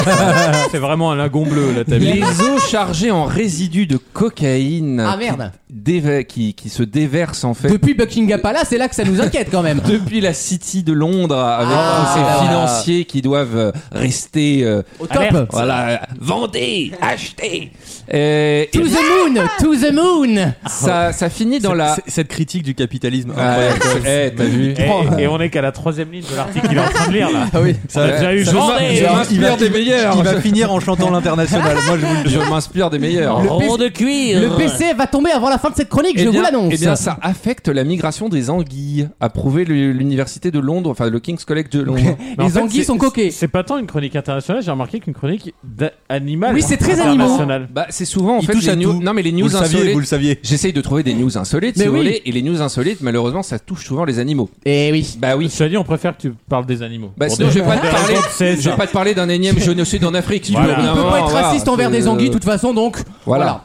D: [laughs] c'est vraiment un lagon bleu, la Tamise.
C: les eaux chargées en résidus de cocaïne
A: Ah merde.
C: déver- qui, qui se déverse en fait.
A: Depuis Buckingham Palace, c'est là que ça nous inquiète quand même.
C: Depuis la City de Londres, avec
A: Ah,
C: tous ces
A: voilà.
C: financiers qui doivent euh, rester euh,
A: Au top. Alerte.
C: Voilà, euh, vendez, achetez. Euh,
A: To
C: et-
A: the moon, to the moon.
C: ça, ça finit dans la.
N: Cette critique du capitalisme.
C: Ah,
N: incroyable.
C: ouais, eh, t'as vu
D: Et, et on est qu'à la troisième ligne de l'article qu'il est en train de lire là.
N: Ah oui.
D: ça a déjà eu.
N: Ça
D: je
N: va-
D: vendais.
N: il va-
D: Je m'inspire
N: il va-
D: des
N: il va-
D: meilleurs.
N: Il va finir en chantant l'international. Moi, je vous le dis.
C: Je m'inspire des meilleurs.
A: Le P- Le PC va tomber avant la fin de cette chronique, je
C: Eh bien-
A: vous l'annonce.
C: Eh bien, ça affecte la migration des anguilles, a prouvé le- l'université de Londres, enfin le King's College de Londres.
D: Mais en fait, c'est- C'est pas tant une chronique internationale, j'ai remarqué qu'une chronique d'a- animale.
C: Oui, c'est très
D: animal.
C: animal. Bah, c'est souvent en
D: Il
C: fait
D: touche
C: les
D: à
C: news.
D: tout.
C: Non, mais les
D: Vous
C: news
D: le saviez,
C: insolites.
D: vous le
N: saviez.
C: J'essaye de trouver des news insolites,
D: Mais
C: si vous
D: oui. Eh
C: voulez, et les news insolites, malheureusement, ça touche souvent les animaux.
A: Et oui.
C: Bah oui.
D: Cela dit, on préfère que tu parles des animaux.
C: Bah
D: Pour
C: sinon,
D: des-
C: je vais pas
D: pour
C: te
D: des
C: parler,
D: raisons de
C: je
D: c'est,
C: vais
D: ça.
C: pas te parler
D: [laughs]
C: d'un énième génocide en Afrique. si tu
D: Voilà.
C: veux,
D: Il
C: bien
D: peut pas
C: voir,
D: être
C: Ah, voilà,
D: raciste
A: envers
C: c'est-
A: des anguilles, de toute façon, donc.
C: Voilà.
A: Voilà.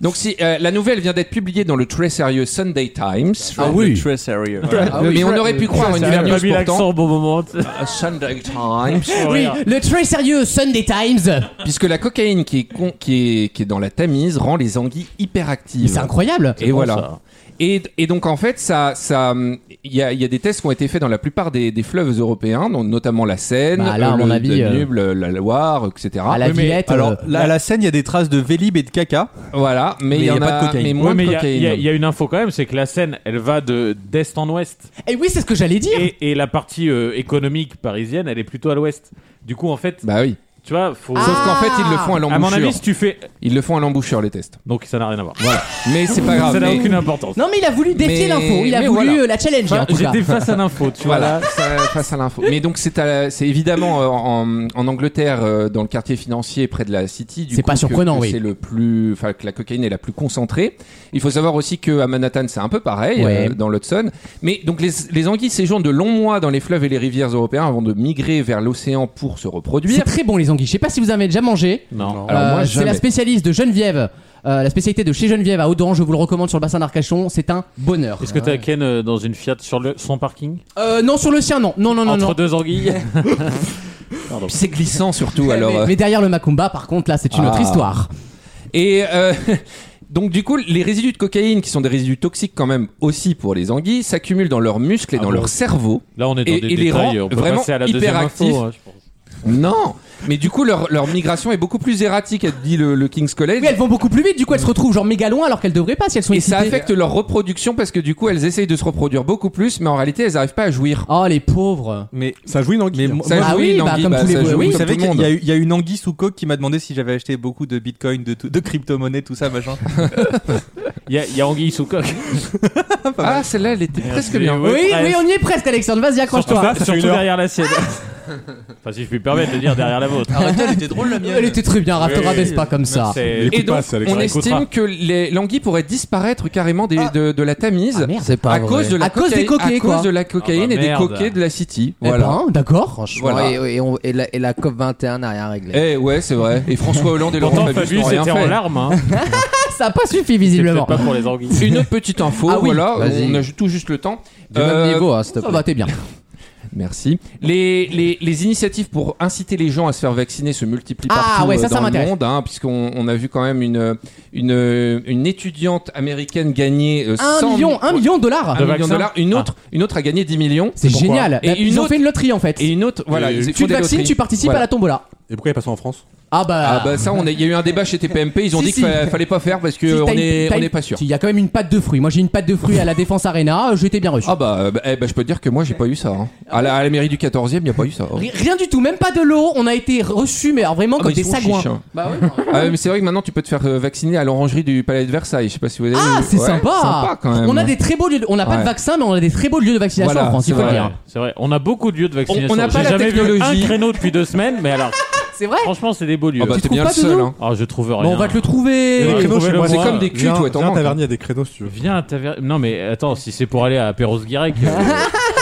C: Donc si euh, la nouvelle vient d'être publiée dans le très sérieux Sunday Times.
N: Ah oui. Très sérieux.
D: Ah oui,
C: [laughs] mais on
D: très-
C: aurait pu croire
D: très
C: une
D: sérieux.
C: nouvelle
D: Il a
C: news
D: pas mis l'accent
C: pourtant.
D: au bon moment. [laughs]
C: Ah, Sunday Times.
A: Oui, le très sérieux Sunday Times.
C: Puisque la cocaïne qui est, con- qui est, qui est dans la Tamise rend les anguilles hyperactives.
A: Mais c'est incroyable. C'est
C: Et
A: bon,
C: voilà.
A: ça.
C: Et, et donc en fait, ça, ça, hum, il y a, il y a des tests qui ont été faits dans la plupart des, des fleuves européens, dont notamment la Seine,
A: Bah, là, à
C: le
A: mon avis, euh,
C: Danube, le- la Loire, etc.
A: à la
C: Oui, mais-
A: Villette,
N: Alors,
C: euh,
N: là, à la scène, il y a des traces de Vélib et de caca.
C: Voilà, mais il y, en a,
N: pas de cocaïne.
C: mais moins
D: Ouais, mais
C: de
D: il y a- il y, a-
C: cocaïne.
D: il y a une info quand même, c'est que la Seine, elle va de d'est en ouest.
A: Et oui, c'est ce que j'allais dire.
D: Et, la partie euh, économique parisienne, elle est plutôt à l'ouest. Du coup, en fait.
C: Bah oui.
D: Tu vois, faut.
C: Sauf qu'en fait, ils le font à l'embouchure.
D: À mon avis, si tu fais.
C: Ils le font à l'embouchure, les tests.
D: Donc ça n'a rien à voir.
C: Voilà. Mais c'est pas grave.
D: Ça n'a
C: mais-
D: aucune importance.
A: Non, mais il a voulu défier
C: Mais-
A: l'info. Il a
C: mais
A: voulu
C: voilà.
A: euh, la challenger. en tout cas.
D: J'étais face à l'info, tu vois.
C: Voilà,
D: là.
C: ça- face à l'info. Mais donc c'est à la- c'est évidemment euh, en, en Angleterre, euh, dans le quartier financier près de la City, du
A: C'est
C: coup,
A: pas
C: que-
A: surprenant,
C: que
A: oui.
C: C'est le plus, enfin que la cocaïne est la plus concentrée. Il faut savoir aussi que à Manhattan c'est un peu pareil
A: Ouais.
C: euh, dans l'Hudson. Mais donc les, les anguilles séjournent de longs mois dans les fleuves et les rivières européens avant de migrer vers l'océan pour se reproduire.
A: C'est très bon les anguilles. Je sais pas si vous en avez déjà mangé. Euh,
D: Non.
C: Alors moi
A: c'est la
C: jamais.
A: spécialiste de Geneviève. Euh, la spécialité de chez Geneviève à Audan, je vous le recommande sur le bassin d'Arcachon, c'est un bonheur.
D: Est-ce que t'as Ken euh, dans une Fiat sur le, son parking
A: Euh, non sur le sien non. Non non non
D: Entre
A: non.
D: deux
C: [laughs]
D: anguilles Pardon.
C: C'est
A: [laughs]
C: glissant surtout alors.
A: Mais,
C: euh.
A: mais derrière le Macumba par contre là c'est une autre
C: Ah.
A: histoire.
C: Et euh, [laughs] donc du coup, les résidus de cocaïne, qui sont des résidus toxiques quand même aussi pour les anguilles, s'accumulent dans leurs muscles et
D: Ah
C: dans
D: bon
C: leur cerveau.
D: Là, on est dans
C: et,
D: des
C: et les
D: détails,
C: rend
D: on peut
C: vraiment
D: passer à la deuxième
C: hyperactifs.
D: info, hein, je
C: non, mais du coup, leur, leur migration est beaucoup plus erratique, a dit le, le King's College.
A: Oui elles vont beaucoup plus vite du coup elles se retrouvent genre méga loin alors qu'elles devraient pas si elles sont
C: Et ça
A: excitées.
C: affecte leur reproduction parce que du coup, elles essayent de se reproduire beaucoup plus, mais en réalité, elles n'arrivent pas à jouir.
A: Oh les pauvres.
N: Mais
J: ça jouit une anguille. hein.
C: Ça
A: Ah
C: jouit
A: oui,
C: une
A: bah,
C: anguille,
A: comme
C: bah,
A: tous les
C: ça
A: voeux.
C: jouit
N: Vous
A: Oui,
C: comme tout
N: savez
C: le
N: qu'il
C: monde.
N: y, a eu- il y a une anguille sous coke qui m'a demandé si j'avais acheté beaucoup de bitcoin, de, tout- de crypto-monnaies, tout ça, machin.
D: Il y, a- il y a anguille sous coque.
C: Ah, celle-là, elle était presque bien.
A: Oui oui on y est presque Alexandre vas-y accroche-toi.
D: Surtout- surtout derrière la sienne. [laughs] enfin, si je puis me permettre de dire derrière la vôtre.
N: elle était drôle la
A: Elle était très bien, Raph, te
D: Oui.
A: rabaisse pas comme ça.
D: C'est-
C: Et donc, on estime que les l'anguille pourrait disparaître carrément des-
N: Ah.
C: de, de la
A: Ah,
C: Tamise
E: C'est
A: Eh
E: pas
C: à
E: vrai.
C: cause de la
A: À cause des
C: cocaï-
A: coquets,
C: à
A: quoi.
C: cause de la cocaïne
D: Ah bah
C: et des
D: merde. ben,
C: coquets de la City.
E: Eh
C: Voilà.
A: Hein, d'accord.
E: Franchement,
C: Voilà.
E: et, et on- et la, et la COP21 n'a rien réglé.
C: Eh ouais, c'est vrai. Et François Hollande et Laurent
D: Pourtant,
C: Fabius
D: Fabius
C: n'ont rien
D: était en
C: fait.
D: larmes. hein.
A: Ah, Ça a pas suffi
D: C'est
A: visiblement.
D: peut-être pas pour les anguilles.
C: Une autre petite info,
A: Ah oui.
C: voilà,
E: Vas-y.
C: on a ju- tout juste le temps.
E: Du
C: Euh,
E: même niveau, hein, s'il te
A: Ça
E: plaît.
A: va t'es bien.
C: Merci. Les, les, les initiatives pour inciter les gens à se faire vacciner se multiplient
A: Ah,
C: partout
A: ouais,
C: euh,
A: ça, ça
C: dans le
A: m'intéresse.
C: monde, hein, puisqu'on on a vu quand même une, une, une étudiante américaine gagner euh,
A: Un
C: 100
A: million un million de dollars.
C: un million de
D: vaccins
C: dollars. Une autre, une autre a gagné 10 millions.
A: C'est
D: Pourquoi
A: génial.
C: Ah, Et
A: Bah,
C: une
A: Ils ont
C: autre-
A: fait une loterie en fait. Euh,
C: Et une autre, voilà. ils font
A: Tu te
C: des
A: vaccines,
C: loteries.
A: tu participes
C: Voilà.
A: à la tombola.
J: Et pourquoi il passe en France
A: Ah bah.
C: Ah bah ça, on est- il y a eu un débat chez TPMP, ils ont
A: Si,
C: dit
A: si.
C: qu'il fallait, fallait pas faire parce
A: Si,
C: que on
A: t'as une-
C: est
A: t'as
C: on
A: une-
C: n'est pas sûr.
A: Il y a quand même une pâte de fruits. Moi j'ai une pâte de fruits à la Défense Arena, euh, j'étais bien reçu.
C: Ah bah, euh, bah, eh bah, je peux te dire que moi j'ai pas eu ça. hein. À, la, à la mairie du 14e, il y a pas eu ça. hein.
A: Ri- Rien du tout, même pas de l'eau, on a été reçus, mais alors vraiment
C: Ah,
A: comme
C: mais
A: des
C: ils sont
A: sagouins.
C: chiches, hein.
A: Bah ouais.
C: Ah, mais c'est vrai que maintenant tu peux te faire euh, vacciner à l'orangerie du palais de Versailles. Je sais pas si vous avez
A: Ah,
C: vu.
A: c'est
C: Ouais,
A: sympa.
C: sympa quand même.
A: On a des très beaux lieux. de- On n'a pas
C: Ouais.
A: de vaccin, mais on a des très beaux lieux de vaccination
C: Voilà,
A: en France, il
C: c'est
A: faut le
C: vrai.
A: dire.
D: C'est vrai, on a beaucoup de lieux de vaccination.
C: On- on n'a pas
D: J'ai
C: la
D: jamais vu
C: technologie.
D: un créneau depuis deux semaines, mais alors,
A: C'est vrai
D: franchement, c'est des beaux lieux.
C: Ah bah
A: Tu
C: t'es
A: trouves
C: bien
A: pas
C: le
A: de
C: seul.
A: nous
C: hein.
D: Ah, je trouve rien.
A: Bon, on va te le trouver.
D: Il y a des créneaux chez moi.
J: C'est
C: C'est comme des culs,
J: Viens,
C: toi, t'en
J: viens à
C: manques.
J: Tavernier, il y a des créneaux si tu veux.
D: Viens à Tavernier. Non, mais attends, si c'est pour aller à Perros Guirec. euh,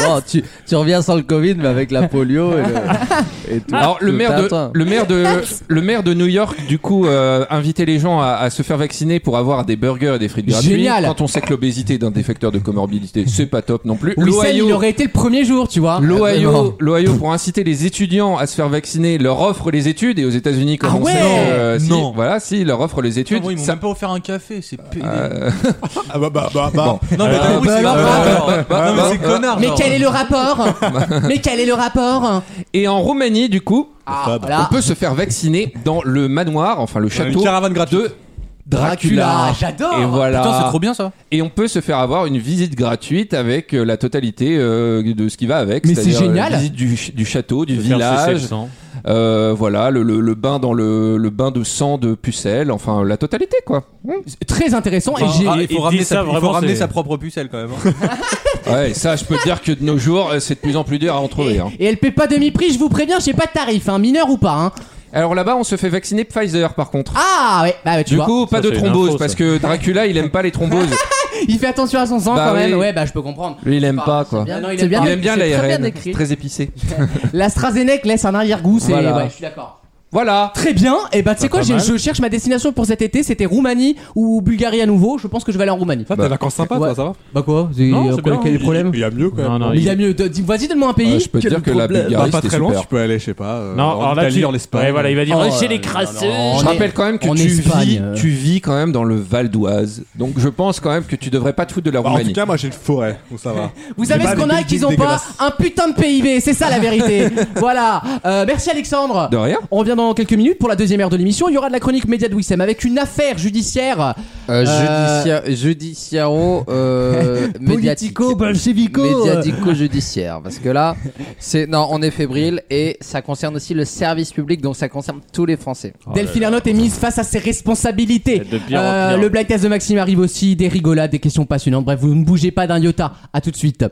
E: Bon, tu, tu reviens sans le Covid, mais avec la polio et le, et
A: Ah.
E: tout.
C: Alors le
E: Tout
C: maire de
E: atteint.
C: le maire de le maire de New York du coup euh, invitait les gens à, à se faire vacciner pour avoir des burgers et des frites gratuites.
A: Génial.
C: Quand on sait que l'obésité est un des facteurs de comorbidité, c'est pas top non plus.
A: Wissem,
C: L'Ohio-
A: il aurait été le premier jour, tu vois. Ah,
C: L'Ohio, l'Ohio, pour inciter les étudiants à se faire vacciner, leur offre les études et aux États-Unis, comme
A: Ah
C: on
A: ouais
C: sait, euh, si,
A: Non. Ah
C: voilà, si leur offre les
G: Ah,
C: études,
N: ils m'ont
C: ça
N: même pas offert un café, c'est pédé.
C: Euh,
N: Ah bah bah bah
C: bah.
N: Non mais
C: Euh,
N: t'as compris,
C: bah,
N: c'est
C: bah,
N: connard.
C: bah, bah,
N: Non mais
C: bah,
N: c'est
C: bah.
N: connard.
A: Mais
N: genre.
A: quel est le
C: [laughs]
A: rapport Mais quel est le rapport
C: Et en Roumanie, du coup,
A: Ah, voilà.
C: Ah, bah, on peut se faire vacciner dans le manoir, enfin le château.
N: une caravane gratuite.
C: De Dracula.
A: Dracula, Ah, j'adore.
C: Et voilà.
N: Putain, c'est trop bien, ça.
C: Et on peut se faire avoir une visite gratuite avec euh, la totalité euh, de ce qui va avec.
A: Mais c'est
C: c'est-à-dire, euh,
A: génial.
C: la visite du, ch- du château, du
D: faire sucer
C: village.
D: le sang.
C: Euh, voilà, le, le- le bain dans le, le bain de sang de pucelle, enfin la totalité quoi.
A: Très intéressant.
N: Enfin,
A: et j'ai-
N: ah, il
D: il
N: faut ramener,
D: dit
N: sa,
D: ça,
N: il faut
D: vraiment,
N: ramener
D: c'est-
N: sa propre pucelle quand même. hein.
C: Ouais, et ça je peux te dire que de nos jours euh, c'est de plus en plus dur à en trouver. hein.
A: et elle paie pas demi-prix, je vous préviens, j'ai pas de tarif, hein, mineur ou pas. Hein.
C: Alors là-bas on se fait vacciner Pfizer par contre.
A: Ah ouais, bah ouais, tu
C: du
A: vois.
C: coup, pas
D: Ça,
C: de
D: c'est une
C: thrombose
D: info, ça.
C: parce que Dracula il aime pas les thromboses.
A: Il fait attention à son sang
C: Bah
A: quand même.
C: oui.
A: Ouais, bah je peux comprendre.
C: Lui il aime pas quoi.
A: bien, Ah non, [laughs] il
C: il,
A: aime
C: aime
A: bien.
C: bien,
A: C'est très bien
C: l'ARN,
A: décrit.
C: très épicé.
A: L'AstraZeneca laisse un arrière-goût, c'est.
C: Voilà.
A: Ouais, je suis d'accord.
C: Voilà.
A: Très bien, et bah tu sais
D: Pas
A: quoi, j'ai-
D: mal.
A: je cherche ma destination pour cet été, c'était Roumanie ou Bulgarie à nouveau, je pense que je vais aller en Roumanie.
J: Ça, t'as vacances sympas, toi,
A: Ouais.
J: ça va
A: Bah quoi
J: Non, c'est bien,
A: Quel est
J: il-
A: le problème
J: Il y a mieux quand même.
D: Non, non,
A: Mais Il y
D: il-
A: a mieux, de- dis- vas-y donne-moi un pays.
C: Euh, je peux te dire que la
J: Bah,
C: Bulgarie
J: pas
C: c'était
J: très loin,
C: super.
J: tu peux aller, je sais pas. euh,
D: Non,
J: en
D: alors là
J: Italie,
D: tu.
J: en Espagne.
D: Ouais, voilà, il va dire.
A: Oh,
D: Oh, chez
A: euh,
D: les
A: non,
D: crasseux.
A: non, non,
C: Je
A: en-
C: rappelle quand même que
A: en
C: tu
A: Espagne,
C: vis,
A: euh.
C: tu vis quand même dans le Val d'Oise. Donc je pense quand même que tu devrais pas te foutre de la
J: Bah, en tout
C: Roumanie.
J: cas, moi j'ai une forêt où ça va.
A: Vous
J: J'ai
A: savez
J: pas
A: ce
J: des
A: qu'on a et
J: buildings
A: qu'ils ont pas
J: dégueulasses.
A: Un putain de PIB, c'est
D: [laughs]
A: ça la vérité. voilà. Euh, merci Alexandre.
C: De rien.
A: On revient dans quelques minutes pour la deuxième heure de l'émission. Il y aura de la chronique média de Wissem avec une affaire judiciaire Euh,
E: Euh, judicia- Judiciaro. Euh, médiatique.
A: politico-bolchevico. euh,
E: Médiatico-judiciaire. Parce que là, c'est. Non, on est fébrile et ça concerne aussi le service public, donc ça concerne tous les Français.
A: Delphine Ernotte est mise face à ses responsabilités.
D: De pire en
A: Euh,
D: pire.
A: le black test de Maxime arrive aussi, des rigolades, des questions passionnantes. Bref, vous ne bougez pas d'un iota. À tout de suite.